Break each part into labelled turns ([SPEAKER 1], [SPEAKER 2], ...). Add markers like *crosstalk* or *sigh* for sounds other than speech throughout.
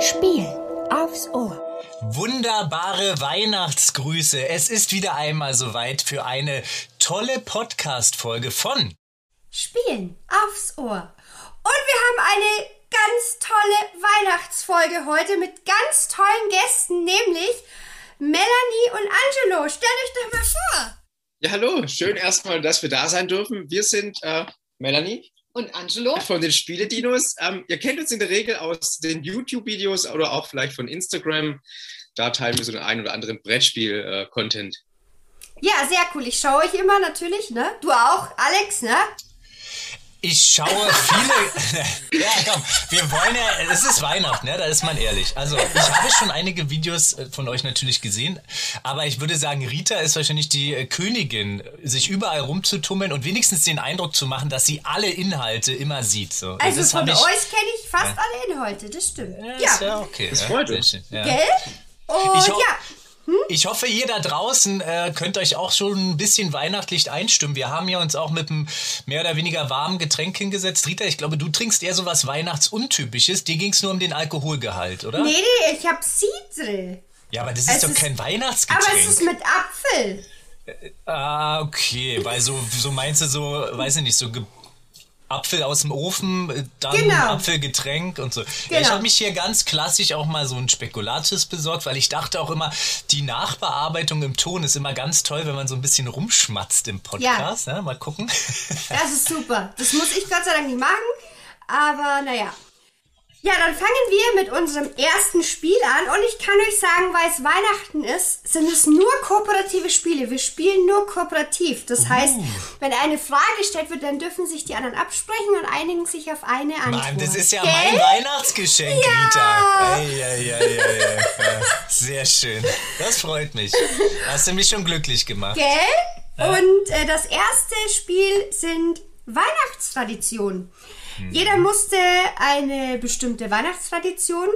[SPEAKER 1] Spiel aufs Ohr.
[SPEAKER 2] Wunderbare Weihnachtsgrüße. Es ist wieder einmal soweit für eine tolle Podcast-Folge von
[SPEAKER 1] Spielen aufs Ohr. Und wir haben eine ganz tolle Weihnachtsfolge heute mit ganz tollen Gästen, nämlich Melanie und Angelo. Stellt euch doch mal vor.
[SPEAKER 3] Ja, hallo. Schön erstmal, dass wir da sein dürfen. Wir sind äh, Melanie
[SPEAKER 4] Und Angelo?
[SPEAKER 3] von den Spiele-Dinos. Ähm, ihr kennt uns in der Regel aus den YouTube-Videos oder auch vielleicht von Instagram. Da teilen wir so den einen oder anderen äh, Brettspiel-Content.
[SPEAKER 1] Ja, sehr cool. Ich schaue euch immer natürlich, ne? Du auch, Alex, ne?
[SPEAKER 2] Ich schaue viele. *laughs* ja, komm, wir wollen ja. Es ist Weihnachten, ne? Da ist man ehrlich. Also, ich habe schon einige Videos äh, von euch natürlich gesehen, aber ich würde sagen, Rita ist wahrscheinlich die äh, Königin, sich überall rumzutummeln und wenigstens den Eindruck zu machen, dass sie alle Inhalte immer sieht. So. Und
[SPEAKER 1] Also
[SPEAKER 2] das
[SPEAKER 1] von
[SPEAKER 2] fand ich-
[SPEAKER 1] euch kenne ich fast alle Inhalte, das stimmt.
[SPEAKER 2] Ja, ist ja okay. Das
[SPEAKER 3] freut
[SPEAKER 2] ja,
[SPEAKER 3] uns.
[SPEAKER 2] sehr schön, ja.
[SPEAKER 1] Gell? Und
[SPEAKER 2] Ich hau-
[SPEAKER 1] ja,
[SPEAKER 2] Ich hoffe, ihr da draußen äh, könnt euch auch schon ein bisschen weihnachtlich einstimmen. Wir haben ja uns auch mit einem mehr oder weniger warmen Getränk hingesetzt. Rita, ich glaube, du trinkst eher so was Weihnachtsuntypisches. Dir ging es nur um den Alkoholgehalt, oder?
[SPEAKER 1] nee, nee, ich habe Cidre.
[SPEAKER 2] Ja, aber das ist
[SPEAKER 1] Es
[SPEAKER 2] doch
[SPEAKER 1] ist-
[SPEAKER 2] kein Weihnachtsgetränk.
[SPEAKER 1] Aber es ist mit Apfel.
[SPEAKER 2] ah, okay. Weil so, so meinst du so, weiß ich nicht, so ge Apfel aus dem Ofen, äh, dann
[SPEAKER 1] Genau.
[SPEAKER 2] Apfelgetränk und so. Ja, ich
[SPEAKER 1] Genau.
[SPEAKER 2] habe mich hier ganz klassisch auch mal so ein Spekulatius besorgt, weil ich dachte auch immer, die Nachbearbeitung im Ton ist immer ganz toll, wenn man so ein bisschen rumschmatzt im Podcast. Ne?
[SPEAKER 1] *laughs*
[SPEAKER 2] Mal gucken.
[SPEAKER 1] Das ist super. Das muss ich Gott sei Dank nicht machen. Aber naja. Ja, dann fangen wir mit unserem ersten Spiel an. Und ich kann euch sagen, weil es Weihnachten ist, sind es nur kooperative Spiele. Wir spielen nur kooperativ. Das
[SPEAKER 2] Oh.
[SPEAKER 1] heißt, wenn eine Frage gestellt wird, dann dürfen sich die anderen absprechen und einigen sich auf eine Antwort.
[SPEAKER 2] Mann, das ist ja
[SPEAKER 1] Gell?
[SPEAKER 2] mein Weihnachtsgeschenk,
[SPEAKER 1] Ja.
[SPEAKER 2] Rita. Ei, ei, ei, ei, ei. Ja, Sehr schön. Das freut mich. Hast du mich schon glücklich gemacht.
[SPEAKER 1] Gell? Und äh, das erste Spiel sind Weihnachtstraditionen.
[SPEAKER 2] Mhm.
[SPEAKER 1] Jeder musste eine bestimmte Weihnachtstradition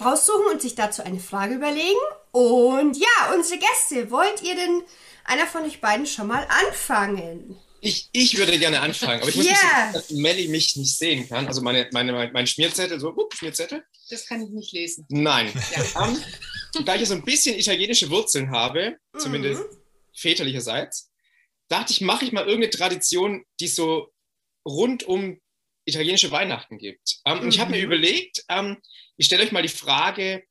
[SPEAKER 1] raussuchen und sich dazu eine Frage überlegen. Und ja, unsere Gäste, wollt ihr denn einer von euch beiden schon mal anfangen?
[SPEAKER 3] Ich, ich würde gerne anfangen, aber ich muss
[SPEAKER 1] Ja.
[SPEAKER 3] yeah. dass Melli mich nicht sehen kann. Also meine, meine, mein, mein Schmierzettel, so, upp, Schmierzettel.
[SPEAKER 4] Das kann ich nicht lesen.
[SPEAKER 3] Nein. *laughs* Ähm, da ich ja so ein bisschen italienische Wurzeln habe, zumindest väterlicherseits, dachte ich, mache ich mal irgendeine Tradition, die es so rund um italienische Weihnachten gibt. Ähm, Und ich habe mir überlegt, ähm, ich stelle euch mal die Frage,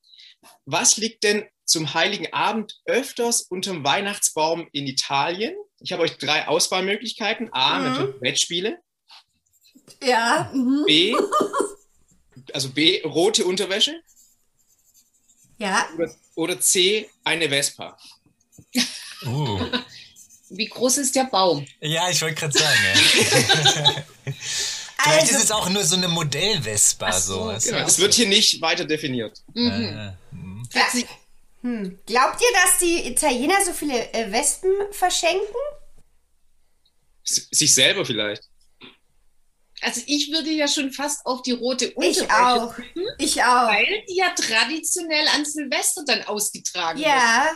[SPEAKER 3] was liegt denn zum Heiligen Abend öfters unterm Weihnachtsbaum in Italien? Ich habe euch drei Auswahlmöglichkeiten. A,
[SPEAKER 1] Mhm.
[SPEAKER 3] natürlich Brettspiele.
[SPEAKER 1] Ja, mhm.
[SPEAKER 3] B, also B, rote Unterwäsche.
[SPEAKER 1] ja.
[SPEAKER 3] Oder, oder C, eine Vespa.
[SPEAKER 2] Uh.
[SPEAKER 4] Wie groß ist der Baum?
[SPEAKER 2] Ja, ich wollte gerade sagen, ja. Vielleicht ist es
[SPEAKER 1] Also,
[SPEAKER 2] auch nur so eine Modellvespa,
[SPEAKER 4] Ach so,
[SPEAKER 2] sowas.
[SPEAKER 4] genau.
[SPEAKER 3] Ja, das wird hier nicht weiter definiert.
[SPEAKER 4] Mhm.
[SPEAKER 2] Ja.
[SPEAKER 3] Äh.
[SPEAKER 4] Hat sie,
[SPEAKER 1] hm. glaubt ihr, dass die Italiener so viele äh, Wespen verschenken?
[SPEAKER 3] S sich selber vielleicht.
[SPEAKER 4] also ich würde ja schon fast auf die rote Unterwäsche,
[SPEAKER 1] Ich auch. Ich auch.
[SPEAKER 4] weil die ja traditionell an Silvester dann ausgetragen wird.
[SPEAKER 1] Ja.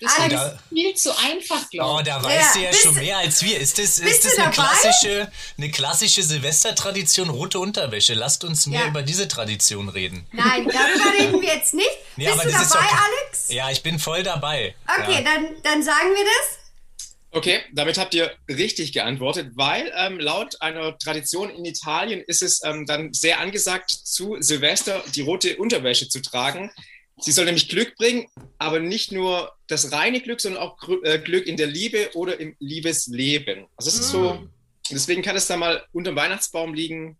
[SPEAKER 4] Das
[SPEAKER 1] Alex-
[SPEAKER 4] ist viel zu einfach,
[SPEAKER 2] Oh,
[SPEAKER 4] glaube ich.
[SPEAKER 2] da weißt du ja
[SPEAKER 1] bist
[SPEAKER 2] schon
[SPEAKER 1] du-
[SPEAKER 2] mehr als wir. Ist das, ist
[SPEAKER 1] bist
[SPEAKER 2] das
[SPEAKER 1] du
[SPEAKER 2] eine,
[SPEAKER 1] dabei?
[SPEAKER 2] klassische, eine klassische Silvestertradition, rote Unterwäsche? Lasst uns mehr
[SPEAKER 1] Ja.
[SPEAKER 2] über diese Tradition reden.
[SPEAKER 1] Nein, darüber reden wir jetzt nicht.
[SPEAKER 2] Nee,
[SPEAKER 1] Bist
[SPEAKER 2] aber
[SPEAKER 1] du
[SPEAKER 2] das ist
[SPEAKER 1] dabei,
[SPEAKER 2] okay.
[SPEAKER 1] Alex?
[SPEAKER 2] Ja, ich bin voll dabei.
[SPEAKER 1] Okay,
[SPEAKER 2] ja.
[SPEAKER 1] dann, dann sagen wir das.
[SPEAKER 3] Okay, damit habt ihr richtig geantwortet, weil ähm, laut einer Tradition in Italien ist es ähm, dann sehr angesagt, zu Silvester die rote Unterwäsche zu tragen. Sie soll nämlich Glück bringen, aber nicht nur das reine Glück, sondern auch Gr- äh, Glück in der Liebe oder im Liebesleben. Also es ist
[SPEAKER 1] Ah.
[SPEAKER 3] so, deswegen kann es da mal unterm Weihnachtsbaum liegen.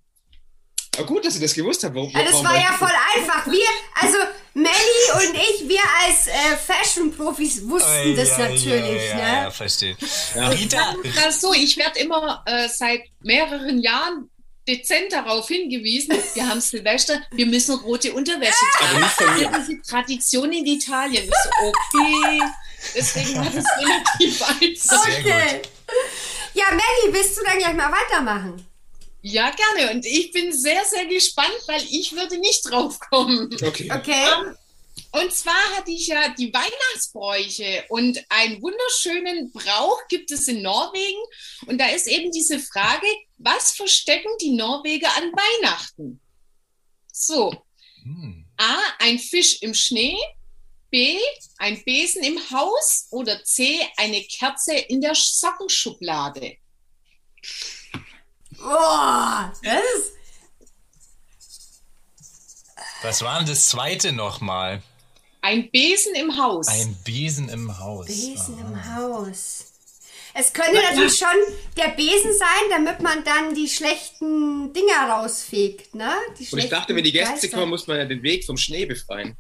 [SPEAKER 3] Aber gut, dass ihr das gewusst habt. Warum,
[SPEAKER 1] Ja, das
[SPEAKER 3] warum
[SPEAKER 1] war
[SPEAKER 3] wollt
[SPEAKER 1] ja
[SPEAKER 3] ihr-
[SPEAKER 1] voll einfach. Wir, also Melli und ich, wir als äh, Fashion-Profis wussten
[SPEAKER 2] Ei,
[SPEAKER 1] das
[SPEAKER 2] ei,
[SPEAKER 1] natürlich.
[SPEAKER 2] Ja, ja,
[SPEAKER 1] ne?
[SPEAKER 2] ja verstehe. Rita,
[SPEAKER 4] Na so, ich werde immer äh, seit mehreren Jahren dezent darauf hingewiesen, wir haben Silvester, wir müssen rote Unterwäsche tragen.
[SPEAKER 3] Aber nicht von mir.
[SPEAKER 4] Das ist die Tradition in Italien. Ich so, okay. Deswegen war das relativ einfach.
[SPEAKER 2] Sehr
[SPEAKER 1] okay. Ja, Melli, willst du dann gleich mal weitermachen?
[SPEAKER 4] Ja, gerne. Und ich bin sehr, sehr gespannt, weil ich würde nicht drauf kommen.
[SPEAKER 3] Okay.
[SPEAKER 1] Okay.
[SPEAKER 4] Und zwar hatte ich ja die Weihnachtsbräuche und einen wunderschönen Brauch gibt es in Norwegen. Und da ist eben diese Frage, was verstecken die Norweger an Weihnachten? So,
[SPEAKER 2] Hm.
[SPEAKER 4] A. Ein Fisch im Schnee. B. Ein Besen im Haus. Oder C. Eine Kerze in der Sockenschublade.
[SPEAKER 1] Oh, das ist.
[SPEAKER 2] Was war denn das zweite nochmal?
[SPEAKER 4] Ein Besen im Haus.
[SPEAKER 2] Ein Besen im Haus.
[SPEAKER 1] Besen im Haus. Es könnte natürlich schon der Besen sein, damit man dann die schlechten Dinger rausfegt, ne? Die
[SPEAKER 3] Und ich
[SPEAKER 1] schlechten
[SPEAKER 3] dachte, wenn die Gäste
[SPEAKER 1] Geister.
[SPEAKER 3] kommen, muss man ja den Weg vom Schnee befreien.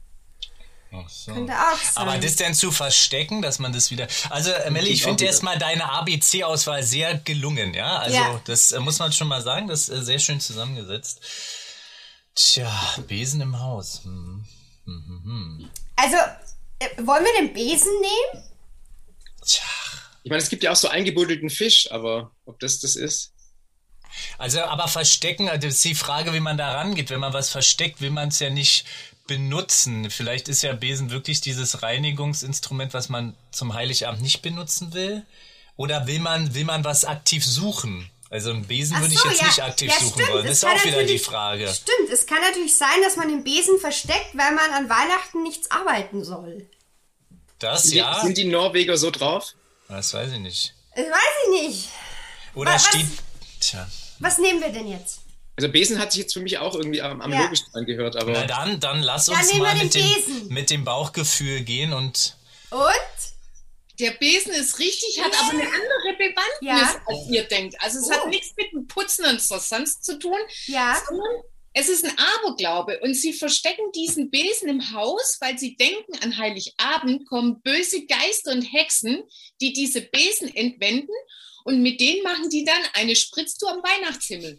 [SPEAKER 2] Ach so.
[SPEAKER 1] Könnte auch sein.
[SPEAKER 2] Aber das denn zu verstecken, dass man das wieder. Also, äh, Melli, ich
[SPEAKER 3] Auch
[SPEAKER 2] finde
[SPEAKER 3] wieder.
[SPEAKER 2] erstmal deine ABC-Auswahl sehr gelungen, ja? Also,
[SPEAKER 1] Ja.
[SPEAKER 2] das äh, muss man schon mal sagen, das ist äh, sehr schön zusammengesetzt. Tja, Besen im Haus. Hm.
[SPEAKER 1] also, äh, wollen wir den Besen nehmen?
[SPEAKER 2] Tja.
[SPEAKER 3] Ich meine, es gibt ja auch so eingebuddelten Fisch, aber ob das das ist?
[SPEAKER 2] Also, aber verstecken, also das ist die Frage, wie man da rangeht. Wenn man was versteckt, will man es ja nicht benutzen. Vielleicht ist ja Besen wirklich dieses Reinigungsinstrument, was man zum Heiligabend nicht benutzen will. Oder will man, will man was aktiv suchen? Also einen Besen würde ich
[SPEAKER 1] so,
[SPEAKER 2] jetzt
[SPEAKER 1] ja.
[SPEAKER 2] nicht aktiv
[SPEAKER 1] Ja,
[SPEAKER 2] suchen
[SPEAKER 1] stimmt,
[SPEAKER 2] wollen. Das
[SPEAKER 1] es
[SPEAKER 2] ist
[SPEAKER 1] kann
[SPEAKER 2] auch wieder die
[SPEAKER 1] natürlich-
[SPEAKER 2] Frage.
[SPEAKER 1] Stimmt, es kann natürlich sein, dass man den Besen versteckt, weil man an Weihnachten nichts arbeiten soll.
[SPEAKER 2] Das
[SPEAKER 3] Sind die-
[SPEAKER 2] ja?
[SPEAKER 3] Sind die Norweger so drauf?
[SPEAKER 2] Das weiß ich nicht.
[SPEAKER 1] Das weiß ich nicht.
[SPEAKER 2] Oder
[SPEAKER 1] Was-
[SPEAKER 2] steht. Tja.
[SPEAKER 1] Was nehmen wir denn jetzt?
[SPEAKER 3] Also Besen hat sich jetzt für mich auch irgendwie am, am
[SPEAKER 1] Ja.
[SPEAKER 3] logischsten angehört, aber
[SPEAKER 2] Na dann, dann lass
[SPEAKER 1] Dann
[SPEAKER 2] uns
[SPEAKER 1] nehmen
[SPEAKER 2] mal
[SPEAKER 1] wir
[SPEAKER 2] mit
[SPEAKER 1] den
[SPEAKER 2] dem,
[SPEAKER 1] Besen.
[SPEAKER 2] mit dem Bauchgefühl gehen und.
[SPEAKER 1] Und?
[SPEAKER 4] Der Besen ist richtig, hat aber eine andere Bewandtnis,
[SPEAKER 1] Ja.
[SPEAKER 4] als ihr denkt. Also es
[SPEAKER 1] Oh.
[SPEAKER 4] hat nichts mit dem Putzen und so sonst zu tun,
[SPEAKER 1] Ja.
[SPEAKER 4] sondern es ist ein Aberglaube. Und sie verstecken diesen Besen im Haus, weil sie denken, an Heiligabend kommen böse Geister und Hexen, die diese Besen entwenden. Und mit denen machen die dann eine Spritztour am Weihnachtshimmel.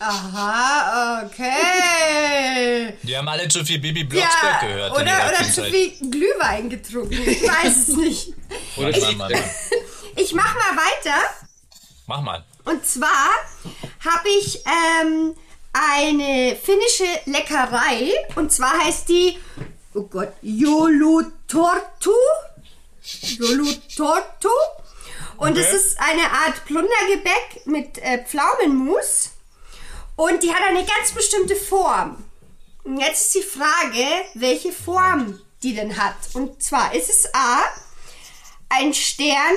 [SPEAKER 1] Oh Aha, okay.
[SPEAKER 2] Die haben alle zu viel Bibi Blocksberg gehört. in ihrer
[SPEAKER 1] Oder, oder zu
[SPEAKER 2] Kindheit.
[SPEAKER 1] viel Glühwein getrunken. Ich weiß es nicht.
[SPEAKER 3] oder
[SPEAKER 2] Mach
[SPEAKER 1] *laughs*
[SPEAKER 2] mal, Mama.
[SPEAKER 1] Ich mach mal weiter.
[SPEAKER 2] Mach mal.
[SPEAKER 1] Und zwar habe ich ähm, eine finnische Leckerei. Und zwar heißt die, oh Gott, Jolutortu. Jolutortu. Und es ist eine Art Plundergebäck mit äh, Pflaumenmus. Und die hat eine ganz bestimmte Form. Und jetzt ist die Frage, welche Form die denn hat. Und zwar ist es A, ein Stern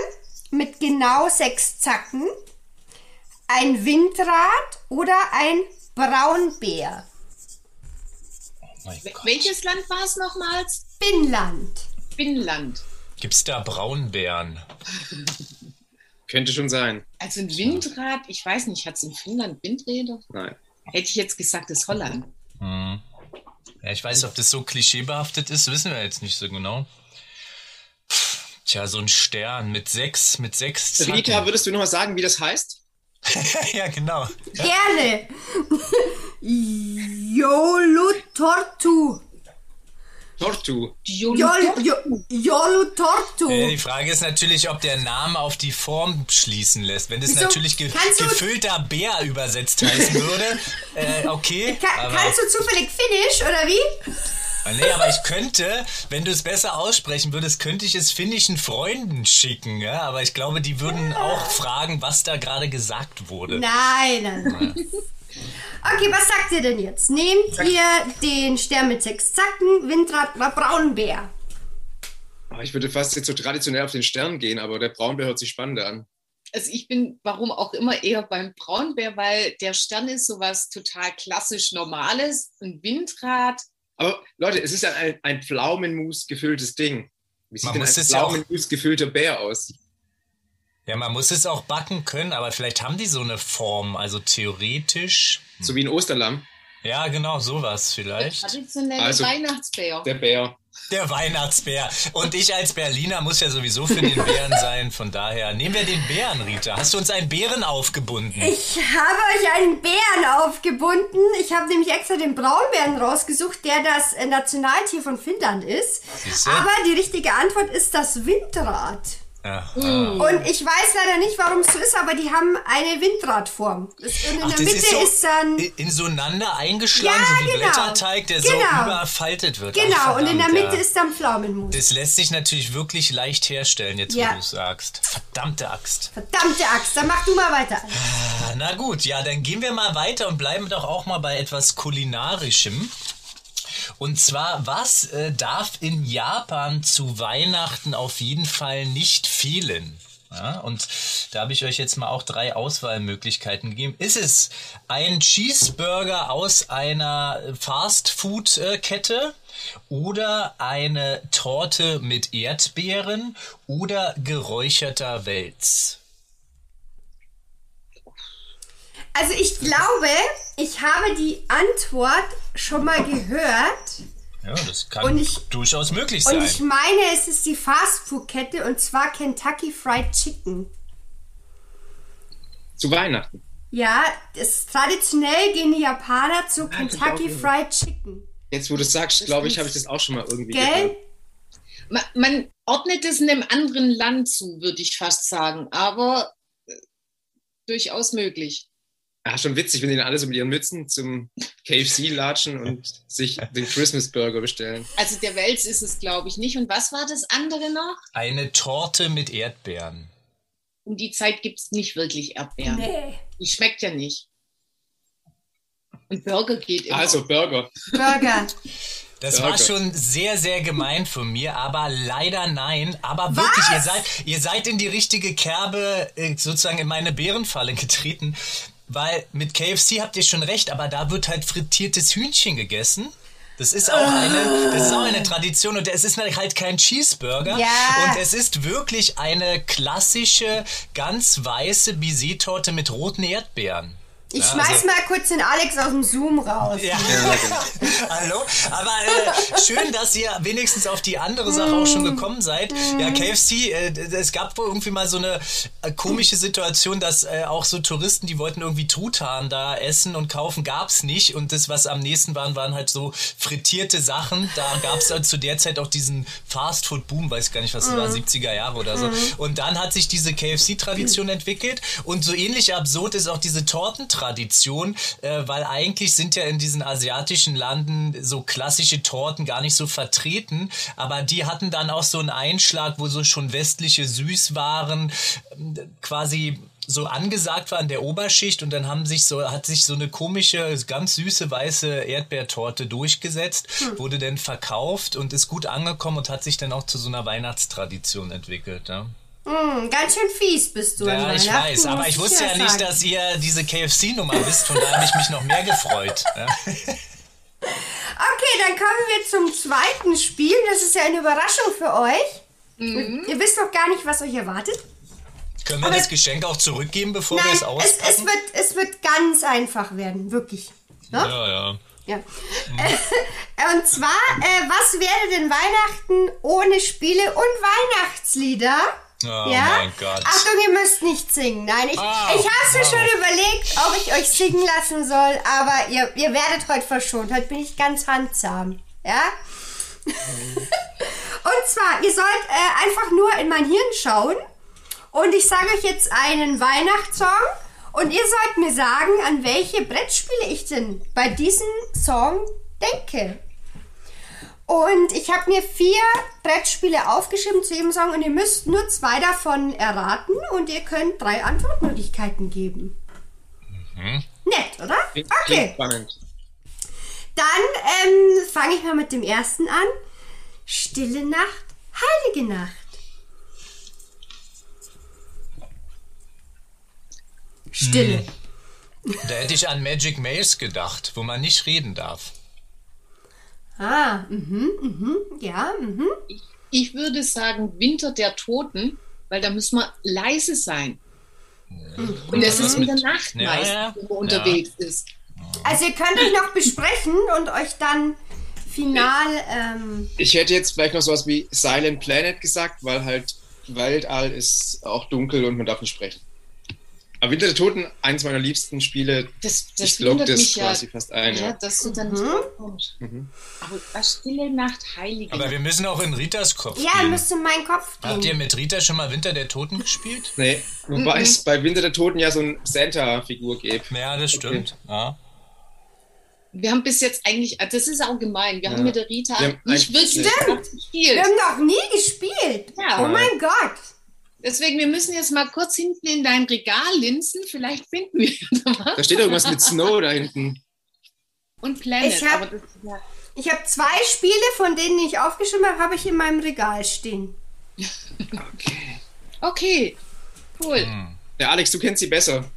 [SPEAKER 1] mit genau sechs Zacken, ein Windrad oder ein Braunbär.
[SPEAKER 2] Mein
[SPEAKER 4] Wel-
[SPEAKER 2] Gott.
[SPEAKER 4] Welches Land war es nochmals?
[SPEAKER 1] Finnland.
[SPEAKER 4] Finnland.
[SPEAKER 2] Gibt's da Braunbären?
[SPEAKER 3] könnte schon sein.
[SPEAKER 4] Also ein Windrad, ich weiß nicht, hat es in Finnland Windräder?
[SPEAKER 3] Nein.
[SPEAKER 4] Hätte ich jetzt gesagt, ist Holland.
[SPEAKER 2] Ja, ich weiß, ob das so klischeebehaftet ist, wissen wir jetzt nicht so genau. Pff, Tja, so ein Stern mit sechs, mit sechs
[SPEAKER 3] Rita,
[SPEAKER 2] Zacken.
[SPEAKER 3] würdest du nochmal sagen, wie das heißt?
[SPEAKER 2] *laughs* ja, genau.
[SPEAKER 1] Gerne. *laughs* Jolutortu.
[SPEAKER 3] Tortu.
[SPEAKER 1] Jol,
[SPEAKER 4] Jol-
[SPEAKER 1] jo, Jolutortu.
[SPEAKER 2] Äh, Die Frage ist natürlich, ob der Name auf die Form schließen lässt. Wenn das
[SPEAKER 1] Wieso?
[SPEAKER 2] natürlich ge
[SPEAKER 1] Kannst du-
[SPEAKER 2] gefüllter Bär übersetzt heißen würde, äh, okay.
[SPEAKER 1] Ka
[SPEAKER 2] aber,
[SPEAKER 1] kannst du zufällig Finnisch oder wie?
[SPEAKER 2] nee, aber ich könnte, wenn du es besser aussprechen würdest, könnte ich es finnischen Freunden schicken. Ja? Aber ich glaube, die würden auch fragen, was da gerade gesagt wurde.
[SPEAKER 1] Nein, nein, nein. Okay, was sagt ihr denn jetzt? Nehmt ihr den Stern mit sechs Zacken, Windrad oder Braunbär?
[SPEAKER 3] Aber Ah, ich würde fast jetzt so traditionell auf den Stern gehen, aber der Braunbär hört sich spannender an.
[SPEAKER 4] Also ich bin, warum auch immer, eher beim Braunbär, weil der Stern ist sowas total klassisch Normales, ein Windrad.
[SPEAKER 3] Aber Leute, es ist ja ein, ein Pflaumenmus gefülltes Ding. Wie sieht
[SPEAKER 2] Man
[SPEAKER 3] denn ein
[SPEAKER 2] muss es ja auch-
[SPEAKER 3] Pflaumenmus gefüllter Bär aus?
[SPEAKER 2] Ja, man muss es auch backen können, aber vielleicht haben die so eine Form, also theoretisch.
[SPEAKER 3] So wie ein Osterlamm.
[SPEAKER 2] Ja, genau, sowas
[SPEAKER 4] Der
[SPEAKER 2] vielleicht.
[SPEAKER 4] traditionelle
[SPEAKER 3] Also-
[SPEAKER 4] Weihnachtsbär.
[SPEAKER 3] Der Bär.
[SPEAKER 2] Der Weihnachtsbär. Und ich als Berliner muss ja sowieso für den Bären sein, von daher nehmen wir den Bären, Rita. Hast du uns einen Bären aufgebunden?
[SPEAKER 1] Ich habe euch einen Bären aufgebunden. Ich habe nämlich extra den Braunbären rausgesucht, der das äh, Nationaltier von Finnland ist.
[SPEAKER 2] Siehste?
[SPEAKER 1] Aber die richtige Antwort ist das Windrad.
[SPEAKER 2] Aha.
[SPEAKER 1] Und ich weiß leider nicht, warum es so ist, aber die haben eine Windradform. Das- Und in
[SPEAKER 2] Ach,
[SPEAKER 1] der
[SPEAKER 2] das
[SPEAKER 1] Mitte ist,
[SPEAKER 2] so
[SPEAKER 1] dann.
[SPEAKER 2] i- ineinander eingeschlagen,
[SPEAKER 1] Ja,
[SPEAKER 2] so wie
[SPEAKER 1] genau.
[SPEAKER 2] Blätterteig, der
[SPEAKER 1] Genau.
[SPEAKER 2] so überfaltet wird. Ach,
[SPEAKER 1] genau, und in der
[SPEAKER 2] verdammt,
[SPEAKER 1] Mitte
[SPEAKER 2] ja.
[SPEAKER 1] ist dann Pflaumenmus.
[SPEAKER 2] Das lässt sich natürlich wirklich leicht herstellen, jetzt
[SPEAKER 1] Ja.
[SPEAKER 2] wo du es sagst. Verdammte Axt.
[SPEAKER 1] Verdammte Axt, dann mach du mal weiter.
[SPEAKER 2] Na gut, ja, dann gehen wir mal weiter und bleiben doch auch mal bei etwas Kulinarischem. Und zwar, was äh, darf in Japan zu Weihnachten auf jeden Fall nicht fehlen? Ja, und da habe ich euch jetzt mal auch drei Auswahlmöglichkeiten gegeben. Ist es ein Cheeseburger aus einer Fast-Food-Kette oder eine Torte mit Erdbeeren oder geräucherter Wels?
[SPEAKER 1] Also ich glaube, ich habe die Antwort schon mal gehört.
[SPEAKER 2] Ja, das kann
[SPEAKER 1] Und ich-
[SPEAKER 2] durchaus möglich sein.
[SPEAKER 1] Und ich meine, es ist die Fastfood-Kette und zwar Kentucky Fried Chicken.
[SPEAKER 3] Zu Weihnachten.
[SPEAKER 1] Ja, das traditionell gehen die Japaner zu
[SPEAKER 3] das ist
[SPEAKER 1] Kentucky
[SPEAKER 3] auch gut.
[SPEAKER 1] Fried Chicken.
[SPEAKER 3] Jetzt, wo du es sagst, glaube ich, habe ich das auch schon mal irgendwie
[SPEAKER 1] Gell?
[SPEAKER 3] gehört.
[SPEAKER 4] Man, man ordnet es in einem anderen Land zu, würde ich fast sagen, aber äh, durchaus möglich.
[SPEAKER 3] Ja, Ah, schon witzig, wenn die dann alle so mit ihren Mützen zum KFC latschen und sich den Christmas Burger bestellen.
[SPEAKER 4] Also der Wels ist es, glaube ich, nicht. Und was war das andere noch?
[SPEAKER 2] Eine Torte mit Erdbeeren.
[SPEAKER 4] Um die Zeit gibt es nicht wirklich
[SPEAKER 2] ne?
[SPEAKER 4] Erdbeeren.
[SPEAKER 1] Nee.
[SPEAKER 4] Die schmeckt ja nicht. Und Burger geht immer.
[SPEAKER 3] Also Burger.
[SPEAKER 1] Burger.
[SPEAKER 2] Das
[SPEAKER 3] Ja,
[SPEAKER 2] war
[SPEAKER 3] okay.
[SPEAKER 2] schon sehr, sehr gemein von mir, aber leider nein. Aber wirklich, ihr seid, ihr seid in die richtige Kerbe, äh, sozusagen in meine Bärenfalle getreten. Weil mit KFC habt ihr schon recht, aber da wird halt frittiertes Hühnchen gegessen. Das ist auch eine, das ist auch eine Tradition und es ist halt kein Cheeseburger.
[SPEAKER 1] Ja.
[SPEAKER 2] Und es ist wirklich eine klassische, ganz weiße Bisee-Torte mit roten Erdbeeren.
[SPEAKER 1] Ich
[SPEAKER 2] Ja,
[SPEAKER 1] schmeiß
[SPEAKER 2] also-
[SPEAKER 1] mal kurz den Alex aus dem Zoom raus.
[SPEAKER 2] Ja. *laughs* Hallo? Aber äh, schön, dass ihr wenigstens auf die andere Sache auch schon gekommen seid. Ja, KFC, äh, d- es gab wohl irgendwie mal so eine äh, komische Situation, dass äh, auch so Touristen, die wollten irgendwie Truthahn da essen und kaufen, gab's nicht. Und das, was am nächsten waren, waren halt so frittierte Sachen. Da gab's äh, zu der Zeit auch diesen Fastfood-Boom, weiß gar nicht, was das war, 70er Jahre oder so. Und dann hat sich diese KFC-Tradition entwickelt. Und so ähnlich absurd ist auch diese Tortentradition, äh, weil eigentlich sind ja in diesen asiatischen Landen so klassische Torten gar nicht so vertreten. Aber die hatten dann auch so einen Einschlag, wo so schon westliche Süßwaren ähm, quasi so angesagt waren der Oberschicht und dann haben sich so hat sich so eine komische ganz süße weiße Erdbeertorte durchgesetzt wurde dann verkauft und ist gut angekommen und hat sich dann auch zu so einer Weihnachtstradition entwickelt ja.
[SPEAKER 1] Hm, ganz schön fies bist du. an
[SPEAKER 2] Ja, ich
[SPEAKER 1] Weihnachten,
[SPEAKER 2] weiß,
[SPEAKER 1] muss
[SPEAKER 2] aber ich wusste ja nicht,
[SPEAKER 1] sagen.
[SPEAKER 2] dass ihr diese KFC-Nummer wisst, von da habe ich mich noch mehr gefreut. Ja.
[SPEAKER 1] Okay, dann kommen wir zum zweiten Spiel. Das ist ja eine Überraschung für euch. Ihr wisst noch gar nicht, was euch erwartet.
[SPEAKER 2] Können wir das Geschenk auch zurückgeben, bevor wir
[SPEAKER 1] Nein,
[SPEAKER 2] es
[SPEAKER 1] es, es,
[SPEAKER 2] auspacken?
[SPEAKER 1] wird, es wird ganz einfach werden, wirklich. Ne?
[SPEAKER 2] ja, ja.
[SPEAKER 1] Ja. Äh, Und zwar, äh, was wäre denn Weihnachten ohne Spiele und Weihnachtslieder?
[SPEAKER 2] Oh mein Gott.
[SPEAKER 1] Achtung, ihr müsst nicht singen. Nein, ich,
[SPEAKER 2] Ah,
[SPEAKER 1] ich habe mir
[SPEAKER 2] wow.
[SPEAKER 1] schon überlegt, ob ich euch singen lassen soll, aber ihr, ihr werdet heute verschont. Heute bin ich ganz handsam. Ja? *laughs* und zwar, ihr sollt äh, einfach nur in mein Hirn schauen und ich sage euch jetzt einen Weihnachtssong und ihr sollt mir sagen, an welche Brettspiele ich denn bei diesem Song denke. Und ich habe mir vier Brettspiele aufgeschrieben zu jedem Song und ihr müsst nur zwei davon erraten und ihr könnt drei Antwortmöglichkeiten geben. Nett, oder?
[SPEAKER 3] Klingt
[SPEAKER 1] Okay,
[SPEAKER 3] Spannend.
[SPEAKER 1] dann ähm, fange ich mal mit dem ersten an. Stille Nacht, heilige Nacht. Stille.
[SPEAKER 2] Hm. Da hätte ich an Magic Maze gedacht, wo man nicht reden darf.
[SPEAKER 1] Ah, mhm, mhm, ja, mhm.
[SPEAKER 4] Ich würde sagen Winter der Toten, weil da muss man leise sein.
[SPEAKER 3] Mhm.
[SPEAKER 4] Und das
[SPEAKER 2] Was
[SPEAKER 4] ist in der
[SPEAKER 2] mit-
[SPEAKER 4] Nacht
[SPEAKER 2] Ja,
[SPEAKER 4] meist,
[SPEAKER 2] ja.
[SPEAKER 4] wenn man unterwegs ist.
[SPEAKER 1] Also ihr könnt euch noch besprechen und euch dann final ähm,
[SPEAKER 3] Ich hätte jetzt vielleicht noch sowas wie Silent Planet gesagt, weil halt Weltall ist auch dunkel und man darf nicht sprechen. Aber Winter der Toten, eines meiner liebsten Spiele,
[SPEAKER 4] Das, das
[SPEAKER 3] ich glaube,
[SPEAKER 4] wundert
[SPEAKER 3] das
[SPEAKER 4] mich ja,
[SPEAKER 3] quasi Mhm. fast ein.
[SPEAKER 4] ja,
[SPEAKER 3] Ja.
[SPEAKER 4] dass du dann nicht
[SPEAKER 1] Mhm.
[SPEAKER 4] draufkommst. Aber was stille Nacht, heilige
[SPEAKER 2] Aber
[SPEAKER 4] Nacht.
[SPEAKER 2] wir müssen auch in Ritas Kopf
[SPEAKER 1] Ja,
[SPEAKER 2] gehen.
[SPEAKER 1] müsste in meinen Kopf
[SPEAKER 2] Habt ihr
[SPEAKER 1] gehen.
[SPEAKER 2] mit Rita schon mal Winter der Toten gespielt?
[SPEAKER 3] Nee, wobei
[SPEAKER 4] Mhm.
[SPEAKER 3] es bei Winter der Toten ja so eine Santa-Figur gibt.
[SPEAKER 2] Ja, das stimmt. Ja.
[SPEAKER 4] Wir haben bis jetzt eigentlich, ah, das ist auch gemein, wir haben mit der Rita
[SPEAKER 3] Wir haben
[SPEAKER 4] nicht
[SPEAKER 3] eigentlich-
[SPEAKER 4] wirklich drauf
[SPEAKER 1] Wir
[SPEAKER 4] gespielt.
[SPEAKER 1] haben noch nie gespielt.
[SPEAKER 4] Ja.
[SPEAKER 1] Oh mein Gott.
[SPEAKER 4] Deswegen, wir müssen jetzt mal kurz hinten in dein Regal linsen, vielleicht finden wir *laughs* da was.
[SPEAKER 3] Da steht irgendwas mit Snow da hinten.
[SPEAKER 4] Und Planet,
[SPEAKER 1] Ich hab-
[SPEAKER 4] aber das ist ja
[SPEAKER 1] Ich habe zwei Spiele, von denen ich aufgeschrieben habe, habe ich in meinem Regal stehen.
[SPEAKER 3] Okay.
[SPEAKER 4] Okay, cool.
[SPEAKER 3] Ja, Alex, du kennst sie besser.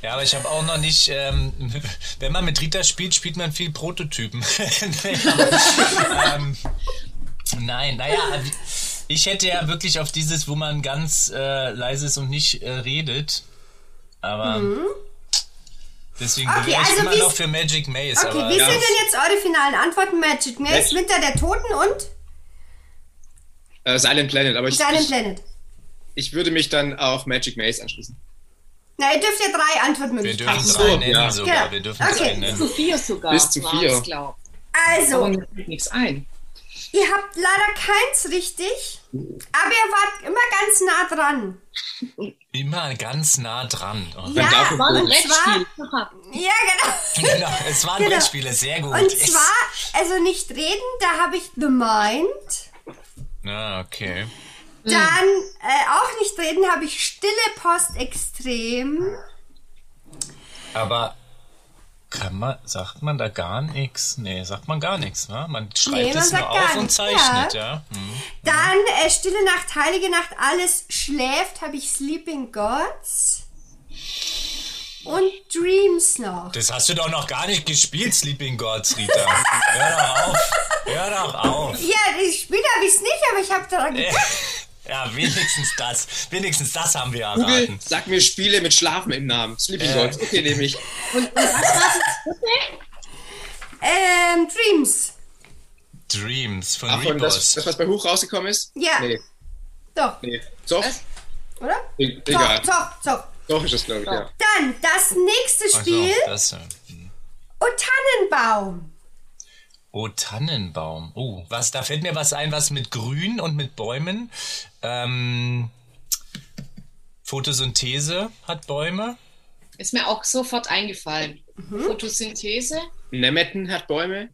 [SPEAKER 2] Ja, aber ich habe auch noch nicht, ähm, *laughs* wenn man mit Rita spielt, spielt man viel Prototypen. *laughs* Nee, aber, ähm, nein, naja, ich hätte ja wirklich auf dieses, wo man ganz äh, leise ist und nicht äh, redet. Aber deswegen
[SPEAKER 1] Mhm. Okay,
[SPEAKER 2] okay, wäre ich
[SPEAKER 1] also
[SPEAKER 2] immer
[SPEAKER 1] wie's-
[SPEAKER 2] noch für Magic Maze.
[SPEAKER 1] Okay,
[SPEAKER 2] aber,
[SPEAKER 1] wie
[SPEAKER 2] ja.
[SPEAKER 1] sind denn jetzt eure finalen Antworten? Magic Maze,
[SPEAKER 3] Magic-
[SPEAKER 1] Winter der Toten und
[SPEAKER 3] Äh, Silent Planet, aber ich,
[SPEAKER 1] Silent
[SPEAKER 3] ich,
[SPEAKER 1] Planet.
[SPEAKER 3] ich würde mich dann auch Magic Maze anschließen.
[SPEAKER 1] Na, ihr dürft ja drei
[SPEAKER 2] wir
[SPEAKER 1] Antwortmöglichkeiten
[SPEAKER 2] dürfen
[SPEAKER 1] haben.
[SPEAKER 3] so,
[SPEAKER 2] drei nennen
[SPEAKER 3] ja.
[SPEAKER 2] sogar.
[SPEAKER 1] Ja.
[SPEAKER 2] Wir dürfen
[SPEAKER 1] Okay.
[SPEAKER 2] drei
[SPEAKER 4] Bis
[SPEAKER 2] nennen.
[SPEAKER 4] zu vier sogar.
[SPEAKER 3] Bis zu
[SPEAKER 4] waren's,
[SPEAKER 3] vier.
[SPEAKER 4] glaub.
[SPEAKER 1] Also,
[SPEAKER 4] Aber mir fällt nichts ein.
[SPEAKER 1] ihr habt leider keins richtig, aber ihr wart immer ganz nah dran.
[SPEAKER 2] Immer ganz nah dran. Oh,
[SPEAKER 1] Ja,
[SPEAKER 3] darf ich
[SPEAKER 4] War ein
[SPEAKER 3] Und
[SPEAKER 4] Brettspiel.
[SPEAKER 1] Ja, genau.
[SPEAKER 2] *laughs* Genau, es waren
[SPEAKER 1] Genau.
[SPEAKER 2] Brettspiele, sehr gut.
[SPEAKER 1] Und
[SPEAKER 2] Yes.
[SPEAKER 1] zwar, also nicht reden, da habe ich The Mind.
[SPEAKER 2] Ah, okay.
[SPEAKER 1] Dann äh, auch nicht reden habe ich Stille Post extrem.
[SPEAKER 2] Aber kann man, sagt man da gar nichts? Nee, sagt man gar nichts, ne? Man schreibt
[SPEAKER 1] Nee, man
[SPEAKER 2] es
[SPEAKER 1] sagt
[SPEAKER 2] nur
[SPEAKER 1] gar
[SPEAKER 2] auf und
[SPEAKER 1] nichts,
[SPEAKER 2] zeichnet, ja. Hm.
[SPEAKER 1] Dann äh, Stille Nacht, Heilige Nacht, alles schläft, habe ich Sleeping Gods. Und Dreams noch.
[SPEAKER 2] Das hast du doch noch gar nicht gespielt, Sleeping Gods, Rita. Hör doch auf. Hör doch
[SPEAKER 1] *laughs*
[SPEAKER 2] auf.
[SPEAKER 1] Ja, ich spiele habe ich es nicht, aber ich habe daran gedacht.
[SPEAKER 2] Ja, wenigstens das. Wenigstens das haben wir
[SPEAKER 3] Google,
[SPEAKER 2] erraten.
[SPEAKER 3] sag mir Spiele mit Schlafen im Namen. Sleeping Gods. Okay, nehme ich.
[SPEAKER 1] Ähm, Dreams.
[SPEAKER 2] Dreams von
[SPEAKER 3] Ach, und das,
[SPEAKER 2] Repos.
[SPEAKER 3] das, was bei Huch rausgekommen ist?
[SPEAKER 1] Ja.
[SPEAKER 3] Nee,
[SPEAKER 1] Doch,
[SPEAKER 3] nee. Zoff?
[SPEAKER 4] Was?
[SPEAKER 1] oder?
[SPEAKER 3] E- Egal.
[SPEAKER 1] Zock, zock, zock.
[SPEAKER 3] Zoff ist das, glaube ich, ja.
[SPEAKER 1] Dann das nächste
[SPEAKER 2] Ach so,
[SPEAKER 1] Spiel.
[SPEAKER 2] das, äh,
[SPEAKER 1] O Tannenbaum.
[SPEAKER 2] oh, Tannenbaum. Oh, was, da fällt mir was ein, was mit Grün und mit Bäumen. Ähm, Photosynthese hat Bäume.
[SPEAKER 4] Ist mir auch sofort eingefallen.
[SPEAKER 1] Mhm.
[SPEAKER 4] Photosynthese,
[SPEAKER 3] Nemetten hat Bäume.